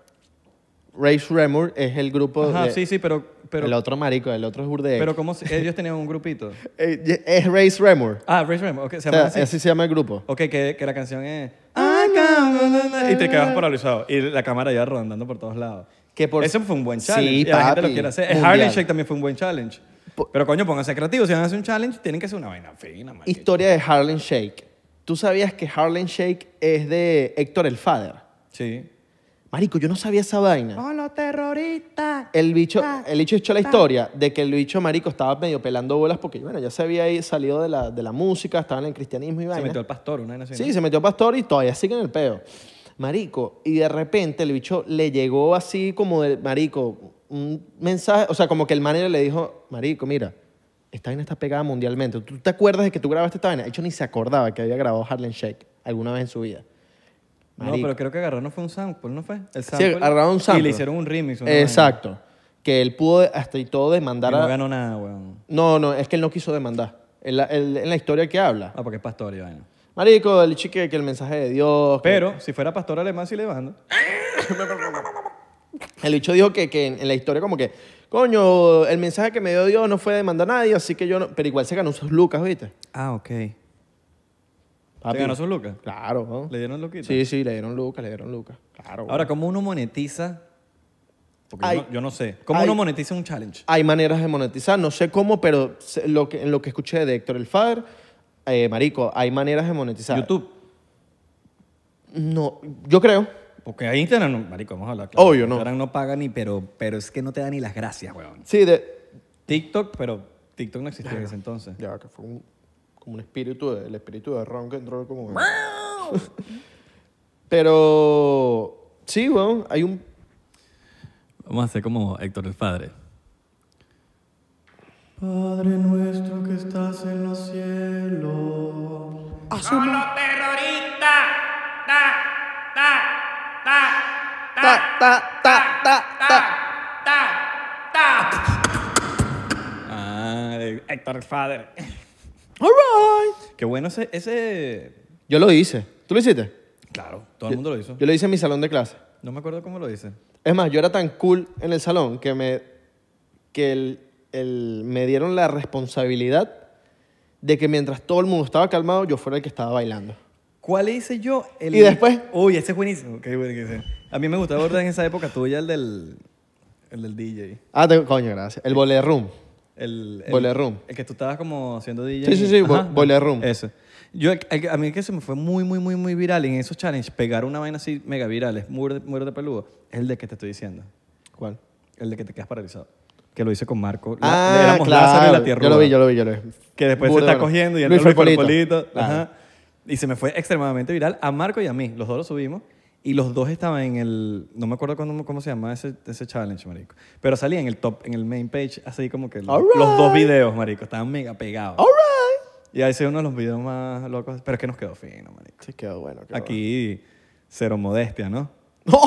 Speaker 1: Rage Remor es el grupo.
Speaker 2: Ajá,
Speaker 1: de-
Speaker 2: sí, sí, pero,
Speaker 1: Oh, eh, el
Speaker 2: pero,
Speaker 1: otro marico, el otro es Urdeg.
Speaker 2: pero ¿cómo se- ellos tenían un grupito?
Speaker 1: es Rage Remor.
Speaker 2: Ah, Rage Rainbow, ok, se
Speaker 1: O sea, Ah,
Speaker 2: llama
Speaker 1: así?
Speaker 2: así.
Speaker 1: se llama el grupo.
Speaker 2: Ok, que, que la canción es... I can't- Y te quedas paralizado. Y la cámara ya rondando por todos lados.
Speaker 1: Que por-
Speaker 2: Eso fue un buen
Speaker 1: Sí,
Speaker 2: challenge. y la gente lo
Speaker 1: papi,
Speaker 2: quiere hacer. El
Speaker 1: mundial.
Speaker 2: Harlem Shake también fue un buen challenge.
Speaker 1: Po-
Speaker 2: Pero coño, pónganse creativos. Si van a hacer un challenge, tienen que hacer una vaina fina, marico.
Speaker 1: Historia de Harlem Shake. ¿Tú sabías que Harlem Shake es de Héctor el Fader?
Speaker 2: Sí.
Speaker 1: Marico, yo no sabía esa vaina.
Speaker 2: ¡Oh, los terroristas!
Speaker 1: El bicho,
Speaker 2: Ah,
Speaker 1: el bicho echó la historia de que el bicho marico estaba medio pelando bolas porque, bueno, ya se había ahí salido de la, de la música, estaba en el cristianismo y
Speaker 2: Se
Speaker 1: vaina.
Speaker 2: metió el pastor, una vaina así,
Speaker 1: Sí,
Speaker 2: ¿no?
Speaker 1: se metió pastor y todavía sigue en el peo. Marico, y de repente el bicho le llegó así como de, marico, un mensaje, o sea, como que el manager le dijo, marico, mira, esta vaina está pegada mundialmente. ¿Tú te acuerdas de que tú grabaste esta vaina? De hecho, ni se acordaba que había grabado Harlem Shake alguna vez en su vida.
Speaker 2: No, pero creo que agarró, no fue un sample, ¿no fue? El
Speaker 1: Sí,
Speaker 2: sample.
Speaker 1: agarraron un
Speaker 2: Y
Speaker 1: sample.
Speaker 2: le hicieron un remix. una vaina.
Speaker 1: Exacto. Que él pudo hasta y todo
Speaker 2: Y
Speaker 1: demandar
Speaker 2: no
Speaker 1: a...
Speaker 2: ganó nada, weón.
Speaker 1: No, no, es que él no quiso demandar. En la, en- en la historia que habla.
Speaker 2: Ah, porque es pastor y vaina.
Speaker 1: Marico, el chique que el mensaje de Dios. que-
Speaker 2: Pero si fuera pastor alemán, sí le bando.
Speaker 1: El bicho dijo que, que en, en la historia como que, coño, el mensaje que me dio Dios no fue demandar a nadie, así que yo no... Pero igual se ganó sus lucas, ¿viste?
Speaker 2: Ah, ok. ¿Se
Speaker 1: Papi.
Speaker 2: ganó sus lucas?
Speaker 1: Claro, ¿no?
Speaker 2: ¿Le dieron loquito?
Speaker 1: Sí, sí, le dieron lucas, le dieron lucas. Claro.
Speaker 2: Ahora, ¿cómo uno monetiza? Porque
Speaker 1: Ay.
Speaker 2: yo, no, yo no sé. ¿Cómo
Speaker 1: Ay.
Speaker 2: uno monetiza un challenge?
Speaker 1: Hay maneras de monetizar, no sé cómo, pero sé- lo que, en lo que escuché de Héctor El Fader, eh, marico, hay maneras de monetizar.
Speaker 2: YouTube.
Speaker 1: No, yo creo.
Speaker 2: Porque ahí Instagram, no- marico, vamos a hablar.
Speaker 1: Obvio, no.
Speaker 2: Instagram no paga ni, pero, pero es que no te da ni las gracias, weón.
Speaker 1: Sí, de...
Speaker 2: TikTok, pero TikTok no existía en ese entonces.
Speaker 1: Ya, que fue un- como un espíritu, de- el espíritu de Ron que entró como... (laughs) pero... Sí, weón, hay un...
Speaker 2: Vamos a hacer como Héctor el Padre. Padre nuestro que estás en los cielos.
Speaker 1: Ta, ta, ta, ta, ta.
Speaker 2: Ah, de Héctor el Padre.
Speaker 1: All right.
Speaker 2: Qué bueno ese, ese...
Speaker 1: Yo lo hice. ¿Tú lo hiciste?
Speaker 2: Claro, todo el mundo lo hizo.
Speaker 1: Yo lo hice en mi salón de clase.
Speaker 2: No me acuerdo cómo lo dice.
Speaker 1: Es más, yo era tan cool en el salón que me, que el, el- me dieron la responsabilidad de que mientras todo el mundo estaba calmado, yo fuera el que estaba bailando.
Speaker 2: ¿Cuál hice yo? El-
Speaker 1: ¿Y después?
Speaker 2: Uy, ese es buenísimo. Qué bueno que sea. A mí me gustaba abordar en esa época tuya el del, el del DJ.
Speaker 1: Ah, te- coño, gracias. El boiler room.
Speaker 2: El, el-
Speaker 1: Boiler Room.
Speaker 2: El que tú estabas como haciendo DJ.
Speaker 1: Sí, sí, sí, bo- Boiler Room.
Speaker 2: Eso. Yo, el- el- a mí el que se me fue muy, muy, muy, muy viral en esos challenges, pegar una vaina así mega viral, es muy de, muy de peludo, es el de que te estoy diciendo.
Speaker 1: ¿Cuál?
Speaker 2: El de que te quedas paralizado. Que lo hice con Marco. La-
Speaker 1: ah,
Speaker 2: éramos
Speaker 1: claro.
Speaker 2: Lázaro y la Tierra.
Speaker 1: yo lo vi, yo lo vi, yo lo vi.
Speaker 2: Que después
Speaker 1: Burda
Speaker 2: se está
Speaker 1: bueno.
Speaker 2: cogiendo y
Speaker 1: Luis
Speaker 2: entra Luis
Speaker 1: Felipolito.
Speaker 2: Felipolito.
Speaker 1: Claro.
Speaker 2: Ajá. Y se me fue extremadamente viral a Marco y a mí. Los dos lo subimos. Y los dos estaban en el... No me acuerdo cómo, cómo se llamaba ese, ese challenge, marico. Pero salía en el top, en el main page, así como que los,
Speaker 1: All right.
Speaker 2: los dos videos, marico. Estaban mega pegados.
Speaker 1: All right.
Speaker 2: Y ahí se uno de los videos más locos. Pero es que nos quedó fino, marico.
Speaker 1: Sí, quedó bueno. quedó
Speaker 2: Aquí, cero
Speaker 1: (laughs)
Speaker 2: modestia, ¿no?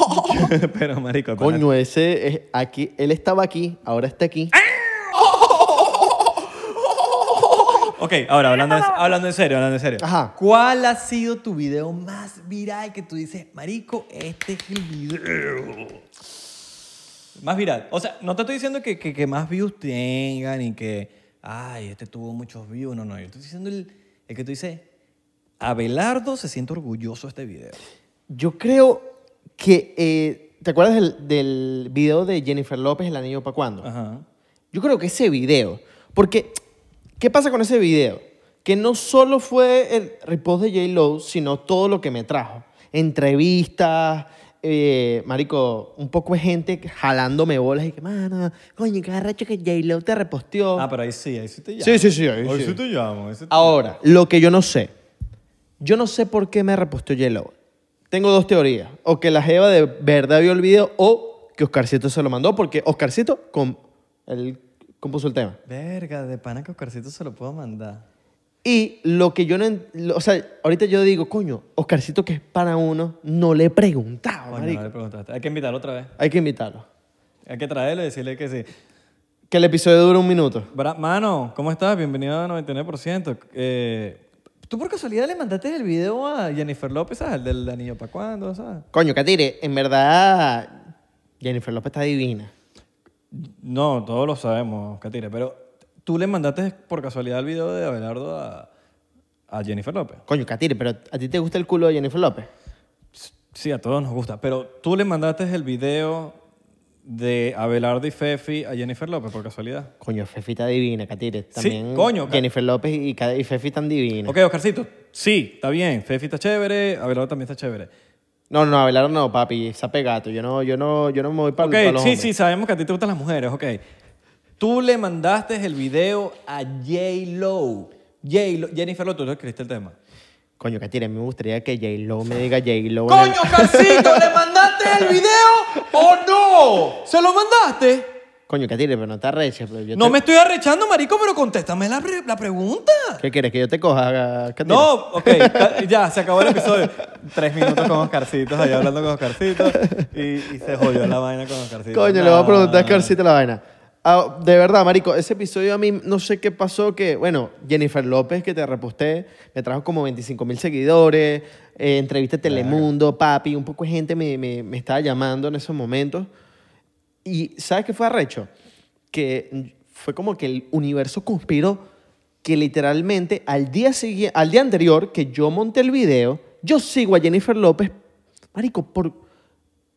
Speaker 2: (laughs) pero, marico... el pana-
Speaker 1: bueno. Coño, ese es aquí. Él estaba aquí, ahora está aquí.
Speaker 2: Ok, ahora, hablando, en- hablando en serio, hablando en serio.
Speaker 1: Ajá.
Speaker 2: ¿Cuál ha sido tu video más viral que tú dices, marico, este es el video? Más viral. O sea, no te estoy diciendo que, que- que más views tengan y que, ay, este tuvo muchos views. No, no, yo estoy diciendo el, el que tú dices, Abelardo se siente orgulloso de este video.
Speaker 1: Yo creo que. eh, ¿Te acuerdas del, del video de Jennifer López, El Anillo para cuándo?
Speaker 2: Ajá.
Speaker 1: Yo creo que ese video. Porque, ¿qué pasa con ese video? Que no solo fue el repost de J-Lo, sino todo lo que me trajo. Entrevistas, eh, marico, un poco de gente jalándome bolas y que, mano, coño, qué arrecho que J-Lo te reposteó.
Speaker 2: Ah, pero ahí sí, ahí sí te llamo.
Speaker 1: Sí, sí, sí, ahí sí.
Speaker 2: te llamo. ahí sí te-
Speaker 1: Ahora, lo que yo no sé. Yo no sé por qué me reposteó Yellow. Tengo dos teorías. O que la Jeva de verdad vio el video o que Oscarcito se lo mandó porque Oscarcito com- él compuso el tema.
Speaker 2: Verga, de pana que Oscarcito se lo puedo mandar.
Speaker 1: Y lo que yo no... en- lo- o sea, ahorita yo digo, coño, Oscarcito que es para uno, no le he preguntado,
Speaker 2: Coño, no
Speaker 1: marico.
Speaker 2: le preguntaste. Hay que invitarlo otra vez.
Speaker 1: Hay que invitarlo.
Speaker 2: Hay que traerlo y decirle que sí.
Speaker 1: Que el episodio dura un minuto.
Speaker 2: Bra- Mano, ¿cómo estás? Bienvenido a 99%. Eh, ¿Tú por casualidad le mandaste el video a Jennifer López, ¿sabes? El del anillo para cuándo, ¿sabes?
Speaker 1: Coño, Katire, en verdad Jennifer López está divina.
Speaker 2: No, todos lo sabemos, Catire, pero tú le mandaste por casualidad el video de Abelardo a, a Jennifer López.
Speaker 1: Coño, Katiri, pero ¿a ti te gusta el culo de Jennifer López?
Speaker 2: Sí, a todos nos gusta, pero tú le mandaste el video de Abelardo y Fefi a Jennifer López por casualidad.
Speaker 1: Coño, Fefi está divina, Katire. También
Speaker 2: coño, Kat-
Speaker 1: Jennifer López y, Ka- y Fefi están divinas.
Speaker 2: Ok, Oscarcito, sí, está bien, Fefi está chévere, Abelardo también está chévere.
Speaker 1: No, no, Abelardo no, papi. Está pegato. Yo no, yo no, yo no me voy para
Speaker 2: Ok,
Speaker 1: los
Speaker 2: sí,
Speaker 1: hombres.
Speaker 2: sí, sabemos que a ti te gustan las mujeres, ok. Tú le mandaste el video a J-Lo. J-Lo, Jennifer López, tú te escribiste el tema.
Speaker 1: Coño, Katire, me gustaría que J-Lo me diga J-Lo. en el-
Speaker 2: ¡Coño, Oscarcito, le mandaste el video o no! ¿Se lo mandaste?
Speaker 1: Coño, Katire, pero no te arreches. Pero yo
Speaker 2: No
Speaker 1: te-
Speaker 2: me estoy arrechando, marico, pero contéstame la, pre- la pregunta.
Speaker 1: ¿Qué quieres? ¿Que yo te coja, Katire?
Speaker 2: No, ok, ca- ya, se acabó el episodio. Tres minutos con Oscarcitos, ahí hablando con Oscarcitos. Y, y se jodió la vaina con Oscarcitos.
Speaker 1: Coño, le voy a preguntar a
Speaker 2: Nah.
Speaker 1: Carcita la vaina. Ah, de verdad, marico, ese episodio a mí no sé qué pasó que, bueno, Jennifer López, que te reposté, me trajo como 25 mil seguidores, eh, entrevista a Telemundo, papi, un poco de gente me, me, me estaba llamando en esos momentos. Y ¿sabes qué fue arrecho? Que fue como que el universo conspiró que literalmente al día, siguiente, al día anterior que yo monté el video, yo sigo a Jennifer López, marico, por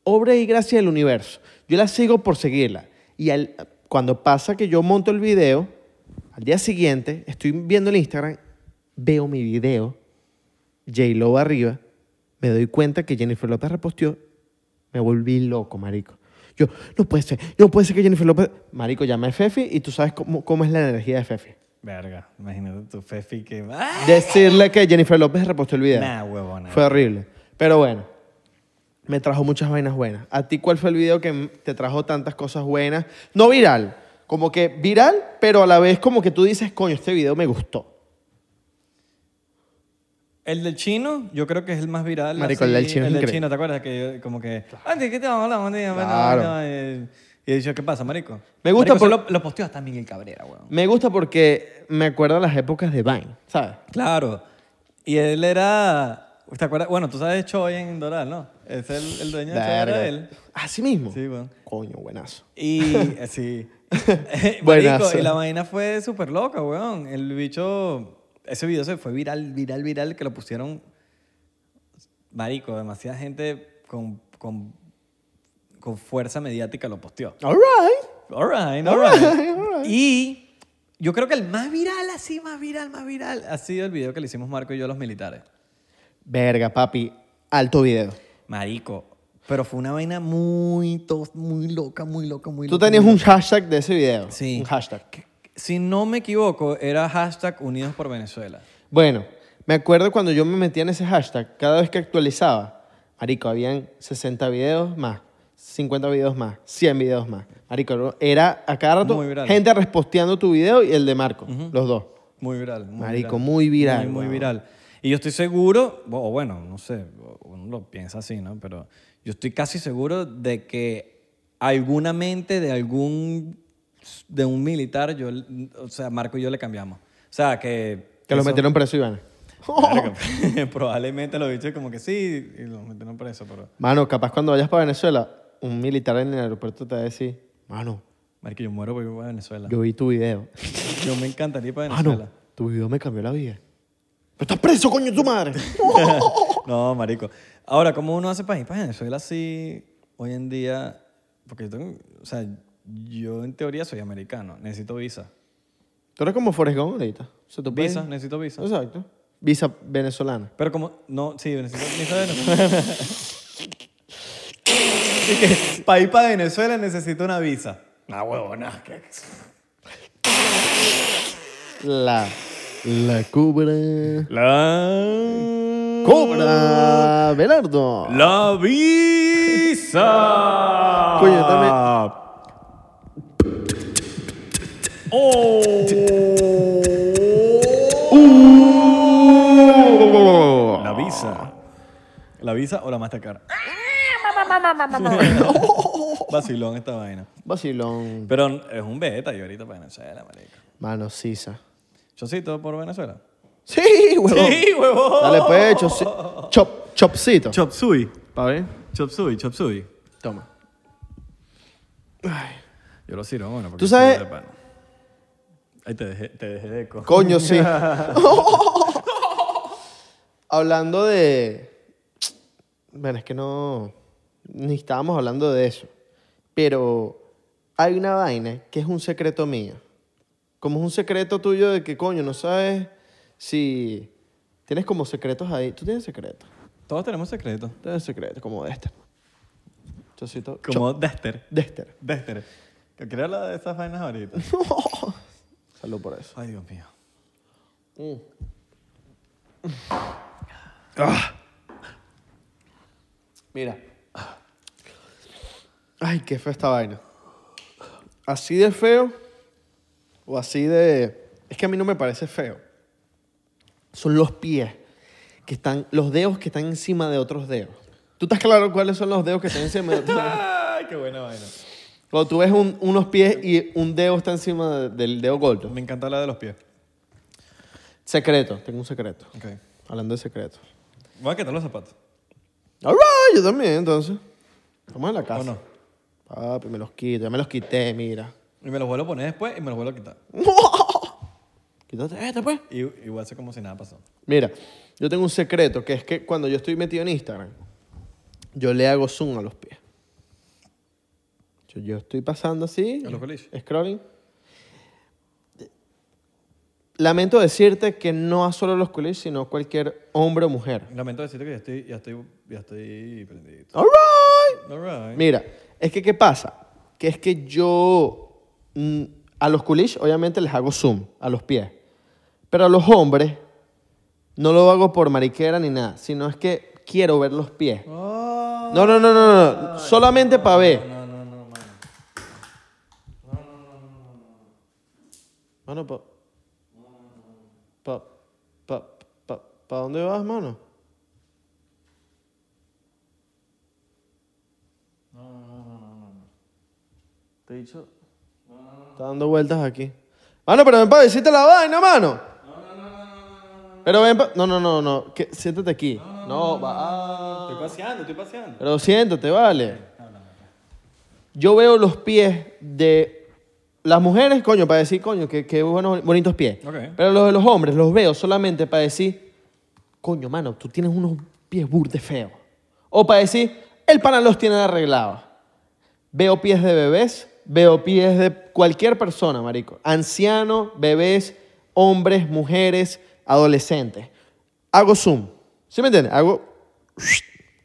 Speaker 1: obra y gracia del universo. Yo la sigo por seguirla. Y al- cuando pasa que yo monto el video, al día siguiente estoy viendo el Instagram, veo mi video, J-Lo arriba, me doy cuenta que Jennifer López reposteó, me volví loco, marico. Yo, no puede ser, no puede ser que Jennifer López... Marico, llama a Fefi y tú sabes cómo, cómo es la energía de Fefi.
Speaker 2: Verga, imagínate tu Fefi que. ¡Ah!
Speaker 1: Decirle que Jennifer López repostó el video.
Speaker 2: Nah, huevona.
Speaker 1: Fue horrible. Pero bueno, me trajo muchas vainas buenas. ¿A ti cuál fue el video que m- te trajo tantas cosas buenas? No viral, como que viral, pero a la vez como que tú dices, coño, este video me gustó.
Speaker 2: El del chino, yo creo que es el más viral.
Speaker 1: Marico, el del chino es
Speaker 2: El del
Speaker 1: increíble.
Speaker 2: chino, ¿te acuerdas? Que yo, como que. Antes, ¿qué te vamos a hablar? Buen día, bueno,
Speaker 1: Claro.
Speaker 2: bueno, eh, Y yo, ¿qué pasa, marico?
Speaker 1: Me gusta
Speaker 2: Marico,
Speaker 1: por-
Speaker 2: eso lo, lo posteó hasta Miguel Cabrera, weón.
Speaker 1: Me gusta porque me acuerda las épocas de Vine, ¿sabes?
Speaker 2: Claro. Y él era. ¿Te acuerdas? Bueno, tú sabes Choi en Doral, ¿no? Es el, el dueño de Choi, era él.
Speaker 1: Así mismo.
Speaker 2: Sí, weón.
Speaker 1: Coño, buenazo.
Speaker 2: Y eh, (laughs) sí. Marico,
Speaker 1: Buenazo.
Speaker 2: y la vaina fue súper loca, weón. El bicho, ese video se fue viral, viral, viral, que lo pusieron, marico, demasiada gente con, con, con fuerza mediática lo posteó.
Speaker 1: All right.
Speaker 2: All right, all right. Y yo creo que el más viral, así, más viral, más viral, ha sido el video que le hicimos Marco y yo a los militares.
Speaker 1: Verga, papi. Alto video.
Speaker 2: Marico, pero fue una vaina muy, tos- muy loca, muy loca, muy
Speaker 1: Tú
Speaker 2: loca.
Speaker 1: tenías
Speaker 2: muy
Speaker 1: un hashtag de ese video.
Speaker 2: Sí.
Speaker 1: Un hashtag.
Speaker 2: Si no me equivoco, era hashtag Unidos por Venezuela.
Speaker 1: Bueno, me acuerdo cuando yo me metía en ese hashtag, cada vez que actualizaba, marico, habían 60 videos más, 50 videos más, 100 videos más. Marico, era a cada rato
Speaker 2: Muy viral.
Speaker 1: gente resposteando tu video y el de Marco, los dos.
Speaker 2: Muy viral. Muy
Speaker 1: Marico, muy viral,
Speaker 2: Muy, muy
Speaker 1: weón.
Speaker 2: viral. Y yo estoy seguro, o bueno, no sé, o- uno lo piensa así, ¿no? Pero yo estoy casi seguro de que alguna mente de algún, de un militar, yo, o sea, Marco y yo le cambiamos. O sea, (laughs) que...
Speaker 1: Que los
Speaker 2: eso-
Speaker 1: metieron preso, Ivana.
Speaker 2: Oh. Verga, (laughs) Probablemente lo dicho como que sí, y lo metieron preso, pero...
Speaker 1: Mano, capaz cuando vayas para Venezuela, un militar en el aeropuerto te va a decir, mano,
Speaker 2: Marico, yo muero por ir a Venezuela. Yo,
Speaker 1: yo
Speaker 2: Ah,
Speaker 1: vi tu video.
Speaker 2: me encantaría ir para Venezuela.
Speaker 1: Mano, tu video me cambió la vida. Pero estás preso, coño, tu madre.
Speaker 2: (laughs) No, marico. Ahora, ¿cómo uno hace para ir para Venezuela así hoy en día? Porque yo tengo, o sea, yo en teoría soy americano, necesito visa.
Speaker 1: Tú eres como Forrest Gump ahorita. Se te puede-
Speaker 2: Visa, necesito visa.
Speaker 1: Exacto. Visa venezolana.
Speaker 2: Pero como, no, sí, necesito visa de Venezuela. (laughs) Así que, para ir para Venezuela necesito una visa. Una huevona. que-
Speaker 1: La. La cobra.
Speaker 2: La...
Speaker 1: ¡Cobra! ¡Belardo!
Speaker 2: La visa.
Speaker 1: Coño, dame-
Speaker 2: La visa. La visa o la Mastercard. Vacilón esta vaina.
Speaker 1: Vacilón.
Speaker 2: Pero es un beta yo ahorita pues, para Venezuela, marico.
Speaker 1: Mano, sisa.
Speaker 2: Yo sí, todo por Venezuela.
Speaker 1: ¡Sí, huevón!
Speaker 2: huevón.
Speaker 1: Dale, pues, chop, chopcito.
Speaker 2: Chop suey.
Speaker 1: Pa' ver.
Speaker 2: Chop suey, chop suey.
Speaker 1: Toma.
Speaker 2: Yo lo sirvo, bueno. porque
Speaker 1: Tú sabes-
Speaker 2: soy de pana. Ahí te dejé, te dejé de eco.
Speaker 1: Coño, sí. (laughs) hablando de. Bueno, es que no. Ni estábamos hablando de eso. Pero hay una vaina que es un secreto mío. Como es un secreto tuyo de que, coño, no sabes si. Tienes como secretos ahí. Tú tienes secretos.
Speaker 2: Todos tenemos secretos.
Speaker 1: Tienes secretos, como Dexter. Chocito. este.
Speaker 2: Como Dexter.
Speaker 1: Dexter.
Speaker 2: Dexter. Que quería hablar de esas vainas ahorita.
Speaker 1: Salud por eso.
Speaker 2: (laughs) Ay, Dios mío.
Speaker 1: Mm. Ah. Mira. Ay, qué feo esta vaina. Así de feo o así de... Es que a mí no me parece feo. Son los pies que están... Los dedos que están encima de otros dedos. ¿Tú estás claro cuáles son los dedos que están encima de otros
Speaker 2: (laughs)
Speaker 1: dedos?
Speaker 2: Ay, qué buena vaina.
Speaker 1: Cuando tú ves un- unos pies y un dedo está encima de- del dedo gordo.
Speaker 2: Me encanta la de los pies.
Speaker 1: Secreto. Tengo un secreto.
Speaker 2: Ok.
Speaker 1: Hablando de secretos.
Speaker 2: Voy a quitar los zapatos.
Speaker 1: All right, yo también, entonces. Vamos a la casa.
Speaker 2: ¿O no?
Speaker 1: Papi, me los quito. Ya me los quité, mira.
Speaker 2: (laughs) Y me los vuelvo a poner después y me los vuelvo a quitar.
Speaker 1: Quítate este, pues.
Speaker 2: Y, y voy a hacer como si nada pasó.
Speaker 1: Mira, yo tengo un secreto, que es que cuando yo estoy metido en Instagram, yo le hago zoom a los pies. Yo, yo estoy pasando así,
Speaker 2: A los coliches.
Speaker 1: scrolling. Lamento decirte que no a solo los culis, sino cualquier hombre o mujer.
Speaker 2: Lamento decirte que ya estoy, ya estoy, ya estoy prendidito.
Speaker 1: All right.
Speaker 2: All right.
Speaker 1: Mira, es que ¿qué pasa? Que es que yo mm, a los culiches obviamente les hago zoom a los pies. Pero a los hombres no lo hago por mariquera ni nada, sino es que quiero ver los pies.
Speaker 2: Oh.
Speaker 1: No, no, no, no, no, no, solamente para ver.
Speaker 2: No, no, no, mano.
Speaker 1: Mano, pa pa pa pa, pa dónde vas, mano? Te he dicho. Está dando vueltas aquí. Mano, pero ven para decirte la vaina, mano. Pero ven pa... No, no, no, no. que- Siéntate aquí. No, va.
Speaker 2: Estoy paseando, estoy paseando.
Speaker 1: Pero siéntate, vale. Yo veo los pies de las mujeres, coño, para decir, coño, qué, qué buenos, bonitos pies.
Speaker 2: Ok.
Speaker 1: Pero los de los hombres los veo solamente para decir, coño, mano, tú tienes unos pies burde feos. O para decir, el pana los tiene arreglados. Veo pies de bebés, veo pies de cualquier persona, marico. Ancianos, bebés, hombres, mujeres, adolescentes. Hago zoom. ¿Sí me entiendes? Hago.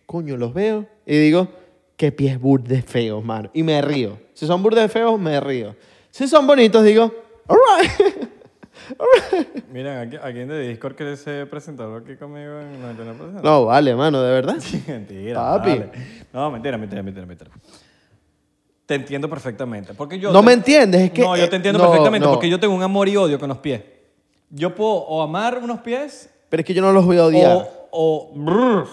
Speaker 1: Coño, los veo y digo, qué pies burdes feos, mano. Y me río. Si son burdes feos, me río. Si son bonitos, digo, all right. (laughs)
Speaker 2: Miren, aquí- alguien de Discord quiere ser presentador aquí conmigo en 99%.
Speaker 1: No, vale, mano, de verdad.
Speaker 2: (laughs) mentira.
Speaker 1: Papi.
Speaker 2: vale. No, mentira, mentira, mentira, mentira. Te entiendo perfectamente. Porque yo
Speaker 1: No
Speaker 2: te-
Speaker 1: me entiendes, es que,
Speaker 2: No, yo
Speaker 1: eh,
Speaker 2: te entiendo
Speaker 1: no,
Speaker 2: perfectamente
Speaker 1: no.
Speaker 2: porque yo tengo un amor y odio con los pies. Yo puedo o amar unos pies
Speaker 1: Pero es que yo no los voy a odiar.
Speaker 2: o, o brr,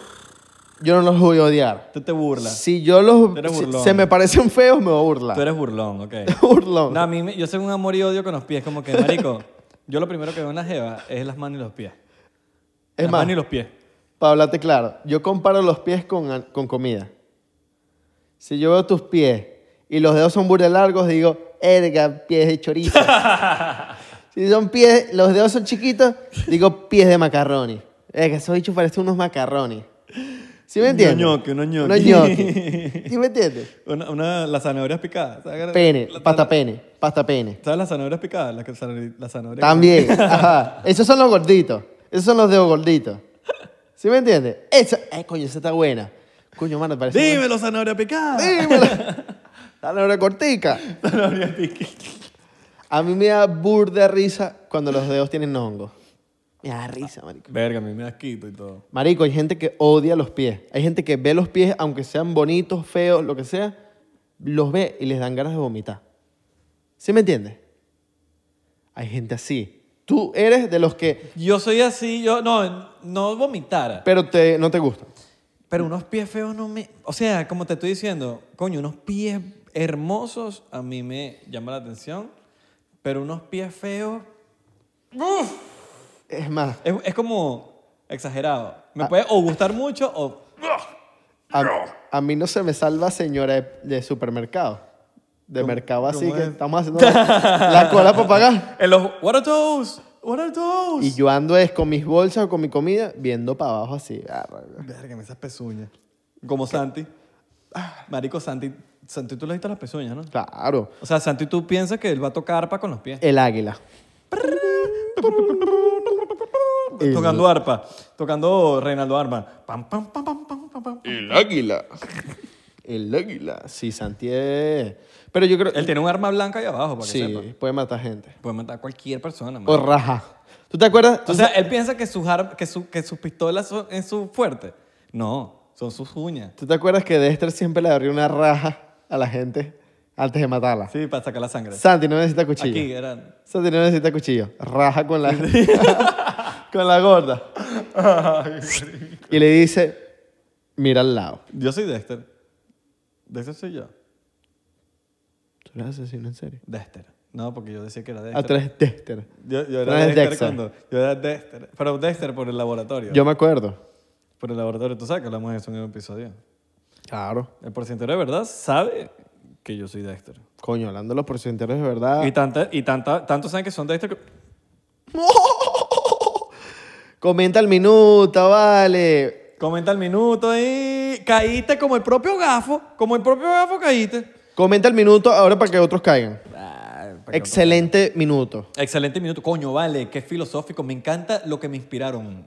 Speaker 1: Yo no los voy a odiar.
Speaker 2: tú te burlas.
Speaker 1: Si yo los.
Speaker 2: Tú eres
Speaker 1: si-
Speaker 2: burlón.
Speaker 1: se me parecen feos, me voy a burlar.
Speaker 2: Tú eres burlón, ok.
Speaker 1: (laughs) burlón.
Speaker 2: No, a mí me- yo tengo un amor y odio con los pies. Como que, marico, yo lo primero que veo en la jeva es las manos y los pies.
Speaker 1: es
Speaker 2: las
Speaker 1: más,
Speaker 2: manos y los pies.
Speaker 1: para hablarte claro, yo comparo los pies con, con comida. Si yo veo tus pies y los dedos son burda largos, digo, erga, pies de
Speaker 2: (laughs)
Speaker 1: chorizo. si son pies, los dedos son chiquitos, digo, pies de macarroni. Es que esos bichos parecen unos macarroni. ¿Sí me
Speaker 2: Unos
Speaker 1: entiendes?
Speaker 2: ñoqui, unos ñoqui.
Speaker 1: Unos ñoqui.
Speaker 2: (laughs)
Speaker 1: ¿Sí me entiendes?
Speaker 2: Una, una- las zanahorias picadas. ¿sabes?
Speaker 1: Pene,
Speaker 2: La-
Speaker 1: pasta pene, pasta pene.
Speaker 2: ¿Sabes las zanahorias picadas? Las, que- zana- las zanahorias
Speaker 1: También. Ajá. Esos son los gorditos. Esos son los dedos gorditos. ¿Sí me entiendes? Esa, eh, coño, esa está buena. Coño, mano, parece.
Speaker 2: Dímelo, zanahoria picada.
Speaker 1: Dímelo. Dale una cortica.
Speaker 2: (laughs) Zanahoria picada.
Speaker 1: A mí me da burda risa cuando los dedos tienen hongo. Me da risa, marico.
Speaker 2: Verga, a mí me das quito y todo.
Speaker 1: Marico, hay gente que odia los pies. Hay gente que ve los pies, aunque sean bonitos, feos, lo que sea, los ve y les dan ganas de vomitar. ¿Sí me entiendes? Hay gente así. Tú eres de los que...
Speaker 2: Yo soy así, yo no, no vomitar.
Speaker 1: Pero te, no te gustan.
Speaker 2: Pero unos pies feos no me... O sea, como te estoy diciendo, coño, unos pies hermosos a mí me llama la atención, pero unos pies feos
Speaker 1: Es más,
Speaker 2: es, es como exagerado. Me puede o gustar mucho o...
Speaker 1: a, a mí no se me salva señora de, de supermercado. de
Speaker 2: ¿Cómo-
Speaker 1: mercado así
Speaker 2: cómo
Speaker 1: que
Speaker 2: es?
Speaker 1: estamos haciendo la, la cola para pagar.
Speaker 2: En los, what are those? What are those?
Speaker 1: Y yo ando es con mis bolsas o con mi comida viendo para abajo así.
Speaker 2: Verga, me esas pezuñas. Como Santi. Ah, Marico, Santi, Santi, tú le diste las pezuñas, ¿no?
Speaker 1: Claro.
Speaker 2: O sea, Santi, tú piensas que él va a tocar arpa con los pies.
Speaker 1: El águila. el-
Speaker 2: Tocando arpa. Tocando Reinaldo Arma. Pam, pam, pam, pam, pam, pam, pam.
Speaker 1: El águila. El águila. Sí, Santi es... Pero yo creo...
Speaker 2: Él tiene un arma blanca ahí abajo, para que
Speaker 1: sí,
Speaker 2: sepa.
Speaker 1: puede matar gente.
Speaker 2: Puede matar a cualquier persona, man.
Speaker 1: O raja. ¿Tú te acuerdas?
Speaker 2: O sea, él piensa que sus, ar- que su- que sus pistolas son, es su fuerte. No, son sus uñas.
Speaker 1: ¿Tú te acuerdas que Dexter siempre le abrió una raja a la gente antes de matarla?
Speaker 2: Sí, para sacar la sangre.
Speaker 1: Santi no necesita cuchillo.
Speaker 2: Aquí eran...
Speaker 1: Santi no necesita cuchillo. Raja con la, (laughs) con la gorda. y le dice, mira al lado.
Speaker 2: Yo soy Dexter. Dexter soy yo.
Speaker 1: ¿Tú eres asesino en serio?
Speaker 2: Dexter. No, porque yo decía que era Dexter.
Speaker 1: Atrás Dexter.
Speaker 2: Yo, yo
Speaker 1: Tú
Speaker 2: era
Speaker 1: eres
Speaker 2: Dexter,
Speaker 1: Dexter.
Speaker 2: cuando... Yo era Dexter. Pero Dexter por el laboratorio.
Speaker 1: Yo me acuerdo.
Speaker 2: Por el laboratorio. Tú sabes que hablamos de eso en un episodio.
Speaker 1: Claro.
Speaker 2: El porcentero de verdad sabe que yo soy Dexter.
Speaker 1: Coño, hablando de los porcenteros de verdad.
Speaker 2: Y, tanta, y tanta, tanto saben que son Dexter que...
Speaker 1: Comenta el minuto, vale.
Speaker 2: Comenta el minuto ahí. Caíste como el propio gafo. Como el propio gafo caíste.
Speaker 1: Comenta el minuto ahora para que otros caigan.
Speaker 2: Ah, pa' que-
Speaker 1: Excelente minuto.
Speaker 2: Excelente minuto. Coño, vale, qué filosófico. Me encanta lo que me inspiraron.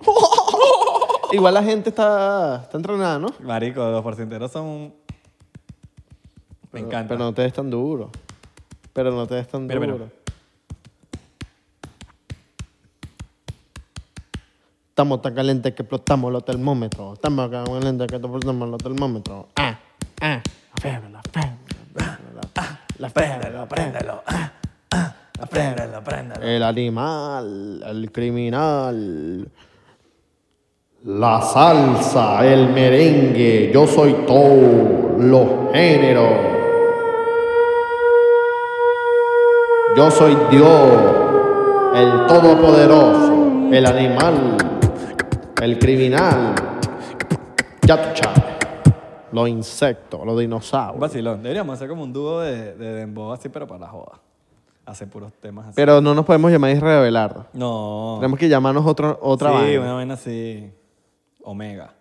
Speaker 1: Igual la gente está, está entrenada, ¿no?
Speaker 2: Marico, los porcenteros son... un- Me
Speaker 1: Pero-
Speaker 2: encanta.
Speaker 1: Pero no te des tan duro. Pero no te des tan
Speaker 2: Mira, mira.
Speaker 1: duro. Estamos tan calientes que explotamos los termómetros. Estamos tan calientes que explotamos los termómetros. Ah, ah. Fémela, fémela, fémela. La fémela,
Speaker 2: préndelo. Ah, ah, préndelo, préndelo.
Speaker 1: El animal, el criminal. La salsa, el merengue, yo soy todo, los géneros. Yo soy Dios, el todopoderoso, el animal, el criminal. Ya tú sabes, los insectos, los
Speaker 2: Un
Speaker 1: dinosaurios.
Speaker 2: vacilón. Deberíamos hacer como un dúo de, de dembow así, pero para la joda. Hacer puros temas así.
Speaker 1: Pero no nos podemos llamar Israel Belardo.
Speaker 2: no.
Speaker 1: Tenemos que llamarnos otro, otra
Speaker 2: sí,
Speaker 1: vaina.
Speaker 2: una vaina así.
Speaker 1: (laughs)
Speaker 2: Omega.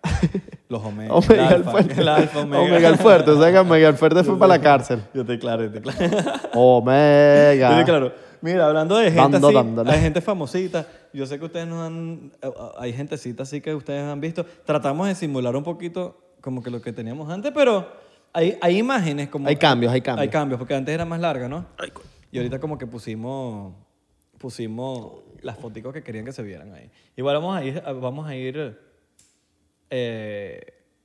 Speaker 2: Los Omega.
Speaker 1: Omega
Speaker 2: el
Speaker 1: el
Speaker 2: alfa,
Speaker 1: fuerte.
Speaker 2: El alfa, Omega.
Speaker 1: Omega el fuerte. O sea que Omega el fuerte
Speaker 2: (laughs)
Speaker 1: fue para la cárcel.
Speaker 2: Yo estoy claro, yo
Speaker 1: (laughs)
Speaker 2: estoy claro. Yo
Speaker 1: Omega.
Speaker 2: estoy claro. Mira, hablando de gente
Speaker 1: Dando,
Speaker 2: así,
Speaker 1: dándole.
Speaker 2: hay gente famosita. Yo sé que ustedes no han... eh, Hay gentecita así que ustedes han visto. Tratamos de simular un poquito como que lo que teníamos antes, pero hay, hay imágenes como...
Speaker 1: Hay cambios, hay cambios.
Speaker 2: Hay cambios, porque antes era más larga, ¿no? Y ahorita como que pusimos pusimos las foticos que querían que se vieran ahí. Igual vamos a ir, vamos a ir eh,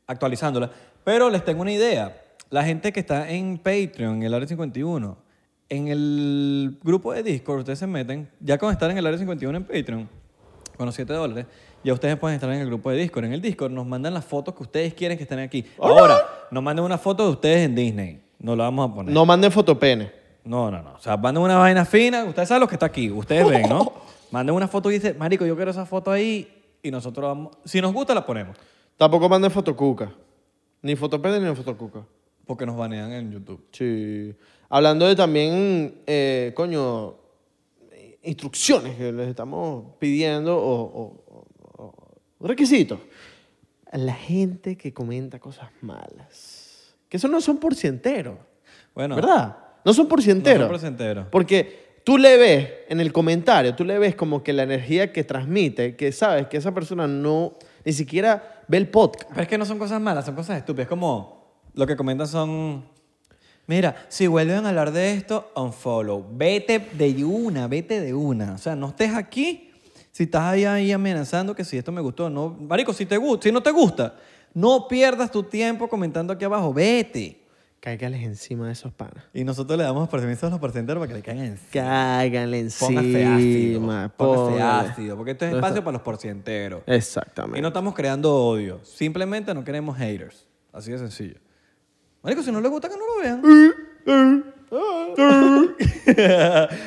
Speaker 2: actualizándola. Pero les tengo una idea. La gente que está en Patreon, en el Área 51, en el grupo de Discord, ustedes se meten, ya con estar en el Área 51 en Patreon, con los 7 dólares, ya ustedes pueden estar en el grupo de Discord. En el Discord nos mandan las fotos que ustedes quieren que estén aquí. Ahora, nos manden una foto de ustedes en Disney. No la vamos a poner.
Speaker 1: No manden fotopene.
Speaker 2: No, no, no. O sea, manden una vaina fina. Ustedes saben los que está aquí. Ustedes ven, ¿no? Manden una foto y dicen, marico, yo quiero esa foto ahí. Y nosotros vamos... Si nos gusta, la ponemos.
Speaker 1: Tampoco manden fotocuca. Ni fotopene ni fotocuca.
Speaker 2: Porque nos banean en YouTube.
Speaker 1: Sí. Hablando de también, eh, coño, instrucciones que les estamos pidiendo o, o- o- o requisitos. A la gente que comenta cosas malas. Que eso no son porcienteros.
Speaker 2: Bueno.
Speaker 1: ¿Verdad? No son porcienteros.
Speaker 2: No son porcienteros.
Speaker 1: Porque tú le ves en el comentario, tú le ves como que la energía que transmite, que sabes que esa persona no ni siquiera ve el podcast.
Speaker 2: Pero es que no son cosas malas, son cosas estúpidas. Como lo que comentan son... Mira, si vuelven a hablar de esto, unfollow. Vete de una, vete de una. O sea, no estés aquí si estás ahí, ahí amenazando que si esto me gustó. No, marico, si, te, gu- si no te gusta, no pierdas tu tiempo comentando aquí abajo. Vete.
Speaker 1: Cáigales encima de esos panas.
Speaker 2: Y nosotros le damos permiso a los porcenteros para que le caigan en
Speaker 1: Cáigale
Speaker 2: Póngase
Speaker 1: encima.
Speaker 2: ácido. Póngase
Speaker 1: póngale.
Speaker 2: ácido. Porque esto es
Speaker 1: No
Speaker 2: espacio
Speaker 1: está-
Speaker 2: para los porcenteros. Y
Speaker 1: Exactamente.
Speaker 2: no estamos creando odio. Simplemente no queremos haters. Así de sencillo. Marico, si no les gusta que no lo vean. (laughs)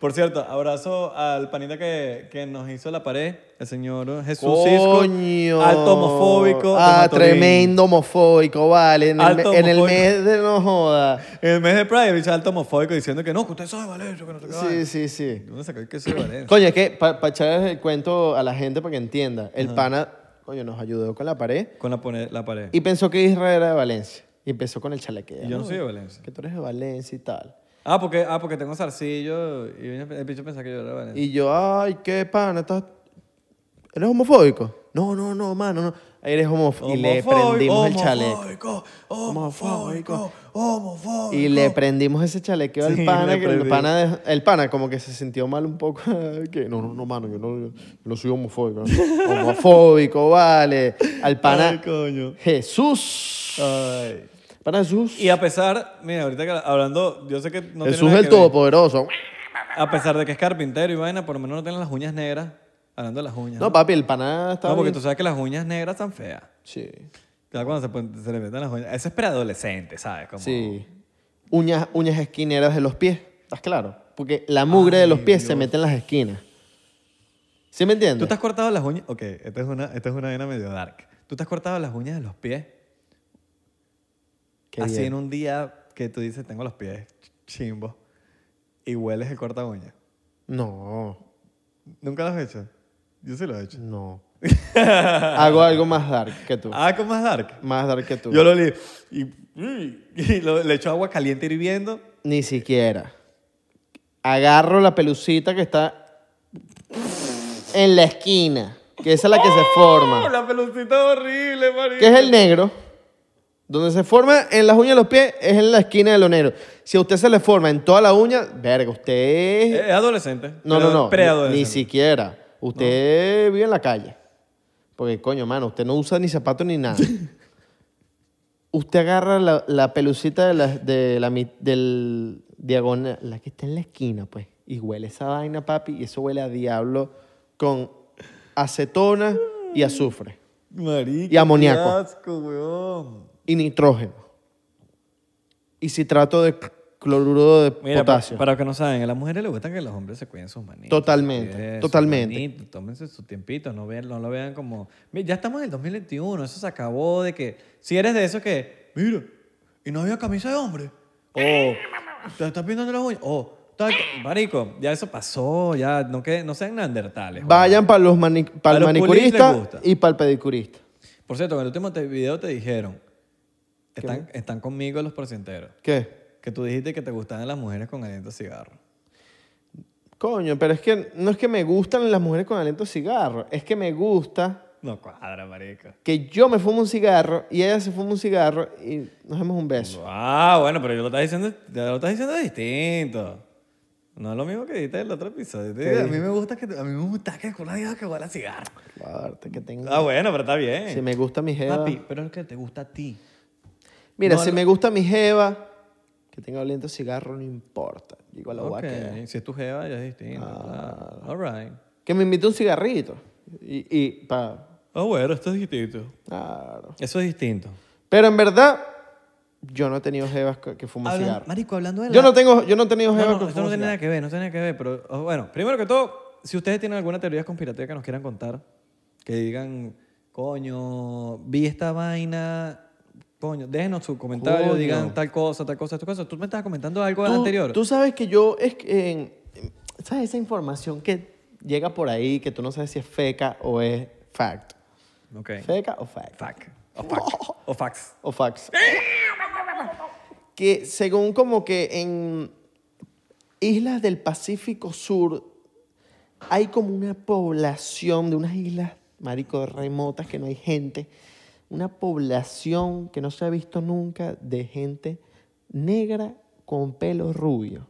Speaker 2: Por cierto, abrazo al panita que, que nos hizo la pared, el señor Jesús Cisco.
Speaker 1: Coño.
Speaker 2: Alto homofóbico. de
Speaker 1: Ah,
Speaker 2: Maturín.
Speaker 1: tremendo homofóbico, vale. En el,
Speaker 2: Alto
Speaker 1: me- en el
Speaker 2: homofóbico.
Speaker 1: mes de no joda.
Speaker 2: En el mes de Pride, el bicho alto homofóbico diciendo que no, que usted sabe Valencia, que no te
Speaker 1: Sí, sí, sí.
Speaker 2: ¿Dónde sacó el queso de Valencia?
Speaker 1: Coño, es que para echar el cuento a la gente para que entienda, el pana, coño, nos ayudó con la pared
Speaker 2: Con la, pone- la pared.
Speaker 1: y pensó que Israel era de Valencia. Y empezó con el chalequeo.
Speaker 2: Y yo no soy de Valencia.
Speaker 1: Que tú eres de Valencia y tal.
Speaker 2: Ah, porque, ah, porque tengo zarcillo y el bicho pensaba que yo era de Valencia.
Speaker 1: Y yo, ay, qué pana, estás... ¿Eres homofóbico? No, no, no, mano, no. Eres homofóbico. Y le
Speaker 2: Homofóbico,
Speaker 1: prendimos el chaleco.
Speaker 2: Homofóbico, homofóbico, homofóbico.
Speaker 1: Y le prendimos ese chalequeo al
Speaker 2: Sí,
Speaker 1: pana,
Speaker 2: le
Speaker 1: que el
Speaker 2: prendí.
Speaker 1: pana, dej- el pana como que se sintió mal un poco, (laughs) que no, no, no, mano, yo no, yo no soy homofóbico, ¿no?
Speaker 2: (laughs)
Speaker 1: homofóbico, vale, al pana
Speaker 2: Ay, coño.
Speaker 1: Jesús,
Speaker 2: Ay.
Speaker 1: pana Jesús,
Speaker 2: Y a pesar, mira, ahorita que hablando, yo sé que no tiene
Speaker 1: Jesús
Speaker 2: nada
Speaker 1: el
Speaker 2: que ver.
Speaker 1: Todopoderoso.
Speaker 2: A pesar de que es carpintero y vaina, por lo menos no tiene las uñas negras. Hablando de las uñas.
Speaker 1: No, papi, el pana está
Speaker 2: No, porque
Speaker 1: bien.
Speaker 2: tú sabes que las uñas negras están feas.
Speaker 1: Sí,
Speaker 2: Ya cuando se, ponen- se le meten las uñas. Eso es preadolescente, ¿sabes? Como,
Speaker 1: sí, uñas, uñas esquineras de los pies, ¿estás claro? Porque la mugre de los pies se mete en las esquinas. ¿Sí me entiendes?
Speaker 2: ¿Tú te has cortado las uñas? Ok, esta es una, esta es una vaina medio dark. ¿Tú te has cortado las uñas de los pies?
Speaker 1: Qué
Speaker 2: así
Speaker 1: bien.
Speaker 2: en un día que tú dices, tengo los pies chimbos y hueles el corta uña.
Speaker 1: No,
Speaker 2: ¿Nunca lo has hecho? Yo sí lo he hecho. (laughs)
Speaker 1: no. Hago algo más dark que tú.
Speaker 2: Ah, ¿cómo es dark?
Speaker 1: Más dark que tú.
Speaker 2: Yo lo olí y, y lo- le echo agua caliente hirviendo.
Speaker 1: Ni siquiera. Agarro la pelucita que está en la esquina, que esa es la que se
Speaker 2: ¡Oh,
Speaker 1: forma,
Speaker 2: la pelucita horrible, marico!
Speaker 1: que es el negro. Donde se forma en las uñas de los pies es en la esquina de lo negro. Si a usted se le forma en toda la uña, verga, usted...
Speaker 2: Es adolescente.
Speaker 1: no, no, no, ni- ni
Speaker 2: Preadolescente.
Speaker 1: siquiera. Usted vive en la calle. Porque, coño, mano, usted no usa ni zapatos ni nada. usted agarra la, la pelucita de la, de la mi- del diagonal, la que está en la esquina, pues, y huele esa vaina, papi, y eso huele a diablo con acetona y azufre
Speaker 2: Marico,
Speaker 1: Y amoníaco.
Speaker 2: qué asco, weón.
Speaker 1: y nitrógeno. Y citrato de cl- cloruro de
Speaker 2: Mira, pa-
Speaker 1: potasio.
Speaker 2: para, los que no saben, a las mujeres les gusta que los hombres se cuiden sus manitos.
Speaker 1: Totalmente,
Speaker 2: sus pies, sus
Speaker 1: totalmente.
Speaker 2: manitos, tómense su tiempito, no, vean, no lo vean como... "Mira, Ya estamos en el 2021, eso se acabó de que... Si eres de esos que... Mira, y no había camisa de hombre. O te estás pintando las uñas. O... tal- Marico, ya eso pasó, ya no, que, no sean neandertales. weón.
Speaker 1: Vayan para los mani- para el
Speaker 2: A los pulis les
Speaker 1: manicurista
Speaker 2: gusta.
Speaker 1: y para el pedicurista.
Speaker 2: Por cierto, en el último te- video te dijeron... Están, están conmigo los porcenteros.
Speaker 1: ¿Qué?
Speaker 2: Que tú dijiste que te gustaban las mujeres con aliento a cigarro.
Speaker 1: Coño, pero es que no es que me gustan las mujeres con aliento a cigarro, es que me gusta
Speaker 2: No cuadra, marico.
Speaker 1: que yo me fumo un cigarro y ella se fuma un cigarro y nos demos un beso.
Speaker 2: Ah, bueno, pero yo lo estás diciendo, ya lo estás diciendo distinto. No es lo mismo que dijiste en el otro episodio. Te digo, A mí me gusta que a mí me gusta que con la diga que huele a cigarro.
Speaker 1: Guardarte que tengo.
Speaker 2: Ah, bueno, pero está bien.
Speaker 1: Si me gusta mi jeva.
Speaker 2: Papi, pero es que te gusta a ti.
Speaker 1: Mira,
Speaker 2: no,
Speaker 1: si
Speaker 2: no.
Speaker 1: me gusta mi jeva, que tenga aliento a cigarro no importa. Igual la voy a quedar.
Speaker 2: Ok, si es tu jeva ya es distinto.
Speaker 1: Ah.
Speaker 2: claro. All right.
Speaker 1: Que me invite un cigarrito y, y pa,
Speaker 2: Ah, bueno, esto es distinto.
Speaker 1: claro.
Speaker 2: Eso es distinto.
Speaker 1: Pero en verdad yo no he tenido jevas que que fuman
Speaker 2: Hablan-
Speaker 1: cigarro.
Speaker 2: marico, hablando de la...
Speaker 1: Yo no tengo yo no he tenido
Speaker 2: No,
Speaker 1: jevas
Speaker 2: no,
Speaker 1: que
Speaker 2: esto no
Speaker 1: fuman
Speaker 2: tiene
Speaker 1: cigarro.
Speaker 2: nada que ver, no tiene nada que ver, pero oh, bueno, primero que todo, si ustedes tienen alguna teoría conspirativa que nos quieran contar, que digan, coño, vi esta vaina, coño, déjenos su comentario,
Speaker 1: Coño.
Speaker 2: digan tal cosa, tal cosa, tal cosa. Tú me estabas comentando algo del
Speaker 1: Tú-
Speaker 2: anterior.
Speaker 1: Tú sabes que yo, es que, en- en- ¿sabes esa información que llega por ahí que tú no sabes si es feca o es fact?
Speaker 2: Ok.
Speaker 1: ¿Feca o fact?
Speaker 2: Fuck. O fax. O fax.
Speaker 1: O fax. que según como que en islas del Pacífico Sur hay como una población de unas islas, marico, remotas que no hay gente, una población que no se ha visto nunca de gente negra con pelo rubio.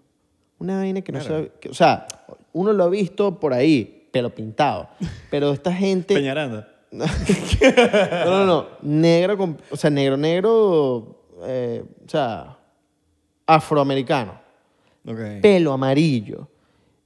Speaker 1: Una vaina que no se ha, que- o sea, uno lo ha visto por ahí, pelo pintado, pero esta
Speaker 2: (laughs)
Speaker 1: gente
Speaker 2: Peñaranda.
Speaker 1: no, no, no. Negro, con- o sea, negro, negro, eh, o sea, afroamericano.
Speaker 2: Ok.
Speaker 1: Pelo amarillo.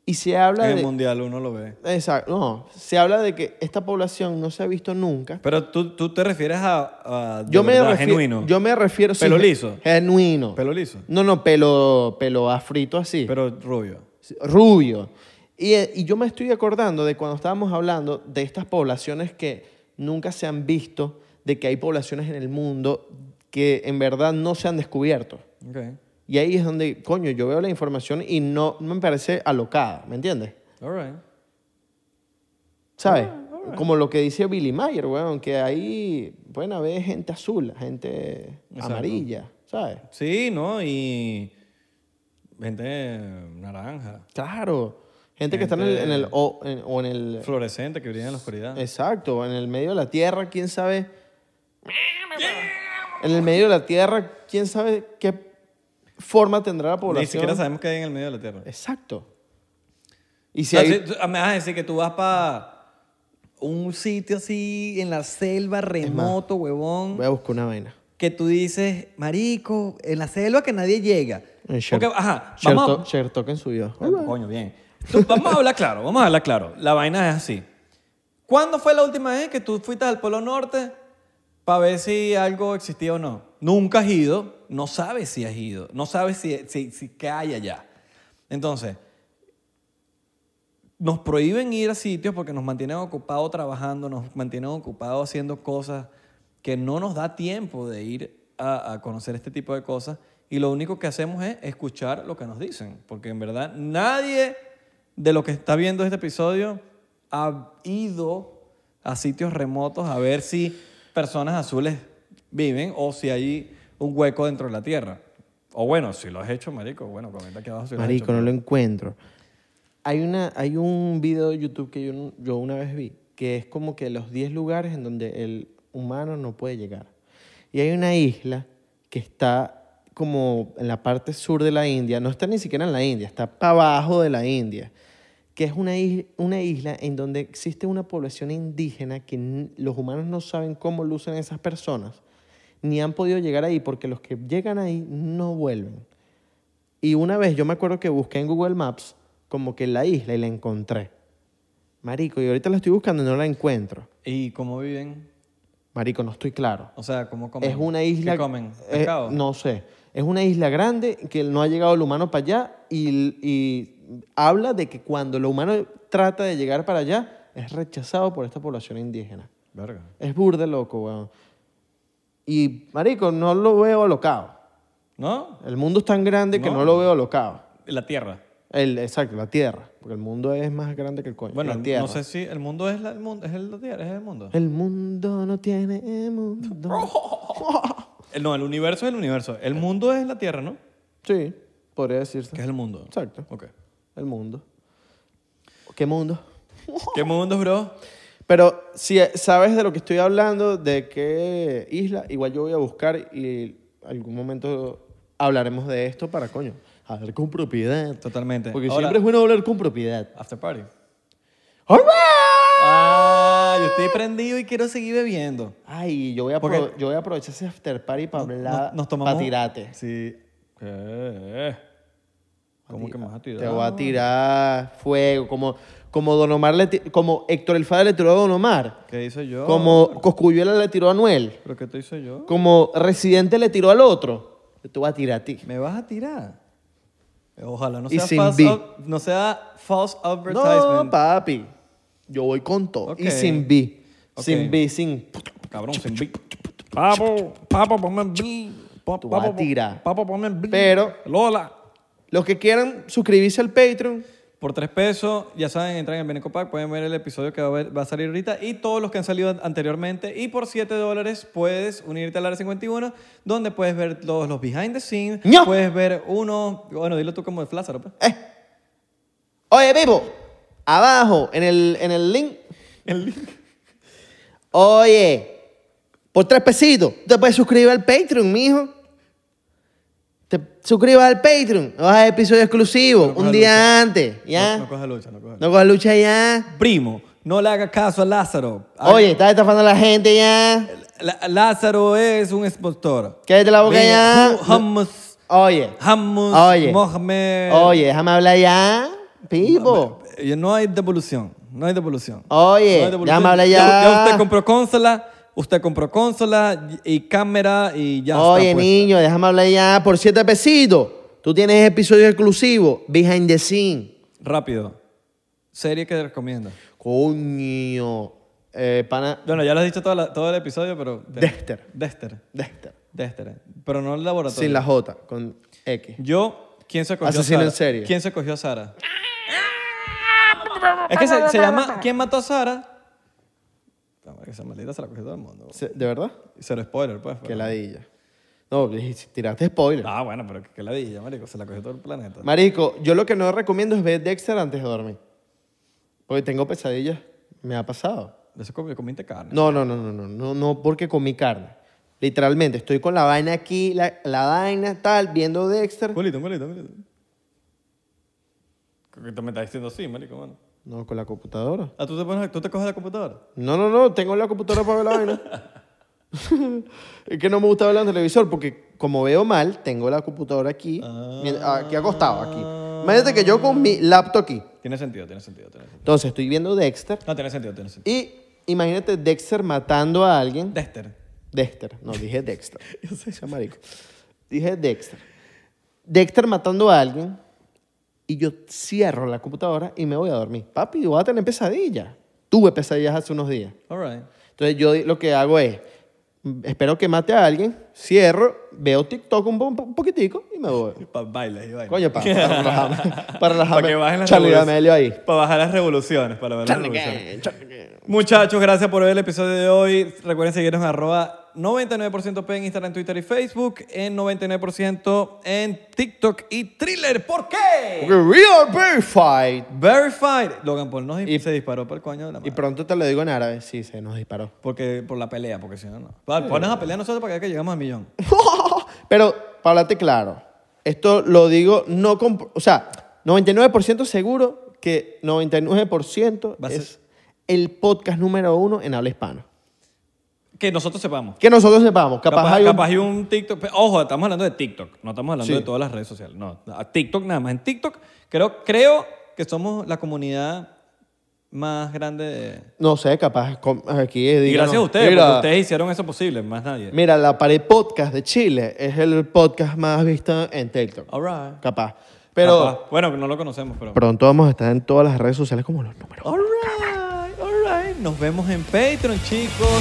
Speaker 1: Y se habla
Speaker 2: en el
Speaker 1: de...
Speaker 2: mundial uno lo ve.
Speaker 1: Exacto, no. Se habla de que esta población no se ha visto nunca.
Speaker 2: Pero tú, tú te refieres a, a de
Speaker 1: Yo me,
Speaker 2: verdad,
Speaker 1: refiero,
Speaker 2: genuino.
Speaker 1: yo me refiero...
Speaker 2: Pelo liso.
Speaker 1: Genuino.
Speaker 2: Pelo liso,
Speaker 1: No, no, pelo, pelo afrito así.
Speaker 2: pero rubio.
Speaker 1: rubio. Y, eh, y yo me estoy acordando de cuando estábamos hablando de estas poblaciones que nunca se han visto, de que hay poblaciones en el mundo que en verdad no se han descubierto.
Speaker 2: Ok.
Speaker 1: Y ahí es donde, coño, yo veo la información y no, no me parece alocada, ¿me entiendes?
Speaker 2: All right.
Speaker 1: ¿Sabes? Como lo que dice Billy Mayer, weón, que ahí pueden haber gente azul, gente
Speaker 2: Exacto.
Speaker 1: amarilla, ¿sabes?
Speaker 2: Sí, ¿no? Y gente naranja,
Speaker 1: Claro, gente, que está en el, en el- o, en- o en el
Speaker 2: fluorescente que brilla en la oscuridad.
Speaker 1: Exacto, en el medio de la tierra, quién sabe. En el medio de la tierra, quién sabe qué forma tendrá la población.
Speaker 2: Ni siquiera sabemos qué hay en el medio de la Tierra.
Speaker 1: Exacto. Y si
Speaker 2: O sea,
Speaker 1: hay-
Speaker 2: si tú- ah, me vas a decir que tú vas para un sitio así en la selva, remoto, huevón,
Speaker 1: Voy a buscar una vaina.
Speaker 2: que tú dices, marico, en la selva que nadie llega.
Speaker 1: En
Speaker 2: Porque,
Speaker 1: Sher-
Speaker 2: ajá,
Speaker 1: Sher-
Speaker 2: vamos,
Speaker 1: To- Sher Token subió.
Speaker 2: Coño, bien. Tú- vamos a hablar claro, vamos a hablar claro. La vaina es así. ¿Cuándo fue la última vez que tú fuiste al Polo Norte para ver si algo existía o no? Nunca has ido, no sabes si has ido, no sabes si, si, si qué hay allá. Entonces, nos prohíben ir a sitios porque nos mantienen ocupados trabajando, nos mantienen ocupados haciendo cosas que no nos da tiempo de ir a, a conocer este tipo de cosas y lo único que hacemos es escuchar lo que nos dicen, porque en verdad nadie de lo que está viendo este episodio ha ido a sitios remotos a ver si personas azules viven o si hay un hueco dentro de la tierra. O bueno, si lo has hecho, marico, bueno, comenta aquí abajo si lo has hecho.
Speaker 1: Marico, no lo encuentro. Hay, una, hay un video de YouTube que yo, no- yo una vez vi, que es como que los 10 lugares en donde el humano no puede llegar. Y hay una isla que está como en la parte sur de la India, no está ni siquiera en la India, está para abajo de la India, que es una isla, una isla en donde existe una población indígena que n- los humanos no saben cómo lucen esas personas, ni han podido llegar ahí porque los que llegan ahí no vuelven. Y una vez yo me acuerdo que busqué en Google Maps como que la isla y la encontré. Marico, y ahorita la estoy buscando y no la encuentro.
Speaker 2: ¿Y cómo viven?
Speaker 1: Marico, no estoy claro.
Speaker 2: O sea, ¿cómo comen?
Speaker 1: Es una isla...
Speaker 2: ¿Qué comen?
Speaker 1: eh,
Speaker 2: ¿Pescado?
Speaker 1: no sé. Es una isla grande que no ha llegado el humano para allá y, y habla de que cuando el humano trata de llegar para allá es rechazado por esta población indígena.
Speaker 2: Verga.
Speaker 1: Es burde loco, weón. Y, marico, no lo veo alocado.
Speaker 2: ¿No?
Speaker 1: El mundo es tan grande que
Speaker 2: No.
Speaker 1: no lo veo alocado.
Speaker 2: La Tierra.
Speaker 1: El, exacto, la Tierra. Porque el mundo es más grande que el coño.
Speaker 2: Bueno,
Speaker 1: la Tierra.
Speaker 2: no sé si el mundo es la, el mundo, es el- la Tierra, es el mundo.
Speaker 1: El mundo no tiene mundo.
Speaker 2: El- Eh, no, el universo es el universo. El mundo es la Tierra, ¿no?
Speaker 1: Sí, podría decirse.
Speaker 2: ¿Qué es el mundo?
Speaker 1: Exacto.
Speaker 2: Ok.
Speaker 1: El mundo. ¿Qué mundo?
Speaker 2: ¿Qué mundo, bro?
Speaker 1: Pero si eh, sabes de lo que estoy hablando, de qué isla, igual yo voy a buscar y algún momento hablaremos de esto para coño. Hablar con propiedad.
Speaker 2: Totalmente.
Speaker 1: Porque
Speaker 2: Ahora,
Speaker 1: siempre es bueno hablar con propiedad.
Speaker 2: After party.
Speaker 1: ¡All right!
Speaker 2: Ah, yo estoy prendido y quiero seguir bebiendo.
Speaker 1: Ay, yo voy, a
Speaker 2: Porque-
Speaker 1: apro- yo voy a aprovechar ese after party para hablar,
Speaker 2: Nos, nos tomamos...
Speaker 1: para tirarte.
Speaker 2: Sí. ¿Qué? ¿Cómo que me vas a tirar?
Speaker 1: Te voy a tirar fuego, como, como Don Omar le ti- como Héctor el Fadre le tiró a Don Omar,
Speaker 2: ¿Qué hice yo?
Speaker 1: como Coscuyuela le tiró a Anuel,
Speaker 2: ¿Pero qué te hice yo?
Speaker 1: como Residente le tiró al otro. Yo Te voy a tirar a ti.
Speaker 2: ¿Me vas a tirar? Ojalá no
Speaker 1: Y
Speaker 2: sea,
Speaker 1: sin
Speaker 2: false,
Speaker 1: B.
Speaker 2: ad- no sea false advertisement.
Speaker 1: No, papi. Yo voy con todo.
Speaker 2: Ok.
Speaker 1: Y sin B.
Speaker 2: Ok.
Speaker 1: Sin B, sin.
Speaker 2: Cabrón, sin B. Papo, papo, ponme en B. Pa-
Speaker 1: Tú vas a
Speaker 2: papo,
Speaker 1: tirar.
Speaker 2: Papo, ponme en B.
Speaker 1: Pero-
Speaker 2: Lola.
Speaker 1: Los que quieran suscribirse al Patreon.
Speaker 2: Por tres pesos, ya saben, entran en Beneco Pack, pueden ver el episodio que va a, ver- va a salir ahorita y todos los que han salido an- anteriormente. Y por 7 dólares puedes unirte al área 51, donde puedes ver todos los behind the scenes.
Speaker 1: ¡No!
Speaker 2: Puedes ver uno, bueno, dilo tú como de Flázaro. pues.
Speaker 1: Eh. Oye, Pipo. Abajo, en el, en el link.
Speaker 2: (laughs) El link.
Speaker 1: Oye, por tres pesitos, te puedes suscribir al Patreon, mijo. Te suscribas al Patreon, vas a episodio exclusivo,
Speaker 2: coja
Speaker 1: un día
Speaker 2: lucha.
Speaker 1: antes, ¿ya?
Speaker 2: No,
Speaker 1: No,
Speaker 2: no coja lucha, no coja lucha.
Speaker 1: cojas lucha ya.
Speaker 2: Primo, no le haga caso a Lázaro. A-
Speaker 1: Oye, estás estafando a la gente ya.
Speaker 2: La- Lázaro es un exportor.
Speaker 1: Cállate la boca
Speaker 2: Vino-
Speaker 1: ya.
Speaker 2: Hummus,
Speaker 1: Oye,
Speaker 2: hummus,
Speaker 1: Oye.
Speaker 2: Mohamed.
Speaker 1: oye, déjame hablar ya. Pipo.
Speaker 2: Eh, No hay devolución, no hay devolución.
Speaker 1: Oye, ya me habla ya.
Speaker 2: Ya usted compró consola, usted compró consola y cámara y ya
Speaker 1: Oye,
Speaker 2: está pues. puesta.
Speaker 1: niño, déjame hablar ya por siete pesitos. Tú tienes episodios exclusivos, behind the scene.
Speaker 2: Rápido. Serie que recomienda.
Speaker 1: Coño. Eh, pana.
Speaker 2: Bueno, ya lo has dicho toda la- todo el episodio, pero...
Speaker 1: Dexter.
Speaker 2: Dexter.
Speaker 1: Dexter.
Speaker 2: Dexter. Pero no el laboratorio.
Speaker 1: Sin la J, con X.
Speaker 2: Yo, ¿quién se cogió
Speaker 1: Asesino
Speaker 2: a Sara?
Speaker 1: en serie.
Speaker 2: ¿Quién se cogió a Sara? (laughs) es que se, se llama ¿Quién mató a Sara? La madre, Esa maldita se la cogió todo el mundo.
Speaker 1: Se- ¿De verdad?
Speaker 2: Cero spoiler, pues.
Speaker 1: Qué
Speaker 2: pero-
Speaker 1: ladilla. No, dijiste- tiraste spoiler.
Speaker 2: Ah, bueno, pero que la dije, marico. Se la cogió todo el planeta.
Speaker 1: Marico, yo lo que no recomiendo es ver Dexter antes de dormir. Porque tengo pesadillas. Me ha pasado.
Speaker 2: De eso com- comiste carne.
Speaker 1: No, no, no, no, no, no, no, porque comí carne. Literalmente, estoy con la vaina aquí, la, la vaina tal, viendo Dexter.
Speaker 2: Un culito, un culito, un culito. Creo que tú me estás diciendo sí, marico, mano.
Speaker 1: No, con la computadora.
Speaker 2: Ah, ¿tú te, pones, tú te coges la computadora.
Speaker 1: No, no, no, tengo la computadora para ver la vaina. es que no me gusta verla en el televisor porque como veo mal, tengo la computadora aquí, mien- ah, aquí acostado, aquí. Imagínate que yo con mi laptop aquí.
Speaker 2: Tiene sentido, tiene sentido, tiene sentido.
Speaker 1: Entonces estoy viendo Dexter
Speaker 2: No, tiene sentido, tiene sentido.
Speaker 1: y imagínate Dexter matando a alguien.
Speaker 2: Dexter.
Speaker 1: Dexter, no, dije Dexter. Yo soy chamarico. Dije Dexter. Dexter matando a alguien y yo cierro la computadora y me voy a dormir. Papi, voy a tener pesadillas. Tuve pesadillas hace unos días.
Speaker 2: All right.
Speaker 1: Entonces yo lo que hago es, mm, espero que mate a alguien, cierro, veo TikTok un, po- un poquitico y me voy.
Speaker 2: Pa baila y baila.
Speaker 1: Coño,
Speaker 2: (laughs)
Speaker 1: pa, para relajarme. Para relajarme.
Speaker 2: Para que bajen las
Speaker 1: Charlie
Speaker 2: revoluciones.
Speaker 1: D'Amelio ahí.
Speaker 2: Para bajar las revoluciones, para ver las
Speaker 1: Charlie
Speaker 2: revoluciones.
Speaker 1: Gang, Charlie Gang.
Speaker 2: Muchachos, gracias por ver el episodio de hoy. Recuerden seguirnos en arroba 99% P en Instagram, Twitter y Facebook, en 99% en TikTok y Thriller. ¿Por qué?
Speaker 1: Porque we are verified.
Speaker 2: Verified. Logan Paul nos
Speaker 1: Y-
Speaker 2: se disparó por el coño de la
Speaker 1: Y
Speaker 2: madre.
Speaker 1: pronto te lo digo en árabe. Sí, se nos disparó.
Speaker 2: Porque, por la pelea, porque si no, no. Vale, Pones a pelear nosotros para que llegamos al millón.
Speaker 1: Pero, para hablarte claro, esto lo digo no con... O sea, 99% seguro que 99%
Speaker 2: Va a ser-
Speaker 1: es el podcast número uno en habla hispana.
Speaker 2: Que nosotros sepamos.
Speaker 1: Que nosotros sepamos. Capaz, hay un-
Speaker 2: capaz hay un TikTok. Pe- Ojo, estamos hablando de TikTok. No estamos hablando
Speaker 1: Sí.
Speaker 2: de todas las redes sociales. No, a TikTok nada más. En TikTok creo, creo que somos la comunidad más grande de...
Speaker 1: No sé, capaz com- aquí es...
Speaker 2: Y gracias a ustedes, porque
Speaker 1: mira,
Speaker 2: ustedes hicieron eso posible, más nadie.
Speaker 1: mira, la pared podcast de Chile es el podcast más visto en TikTok.
Speaker 2: All right.
Speaker 1: Capaz. Pero
Speaker 2: Capaz. Bueno, no lo conocemos, pero...
Speaker 1: pronto vamos a estar en todas las redes sociales como los números.
Speaker 2: All right, all right. Nos vemos en Patreon, chicos.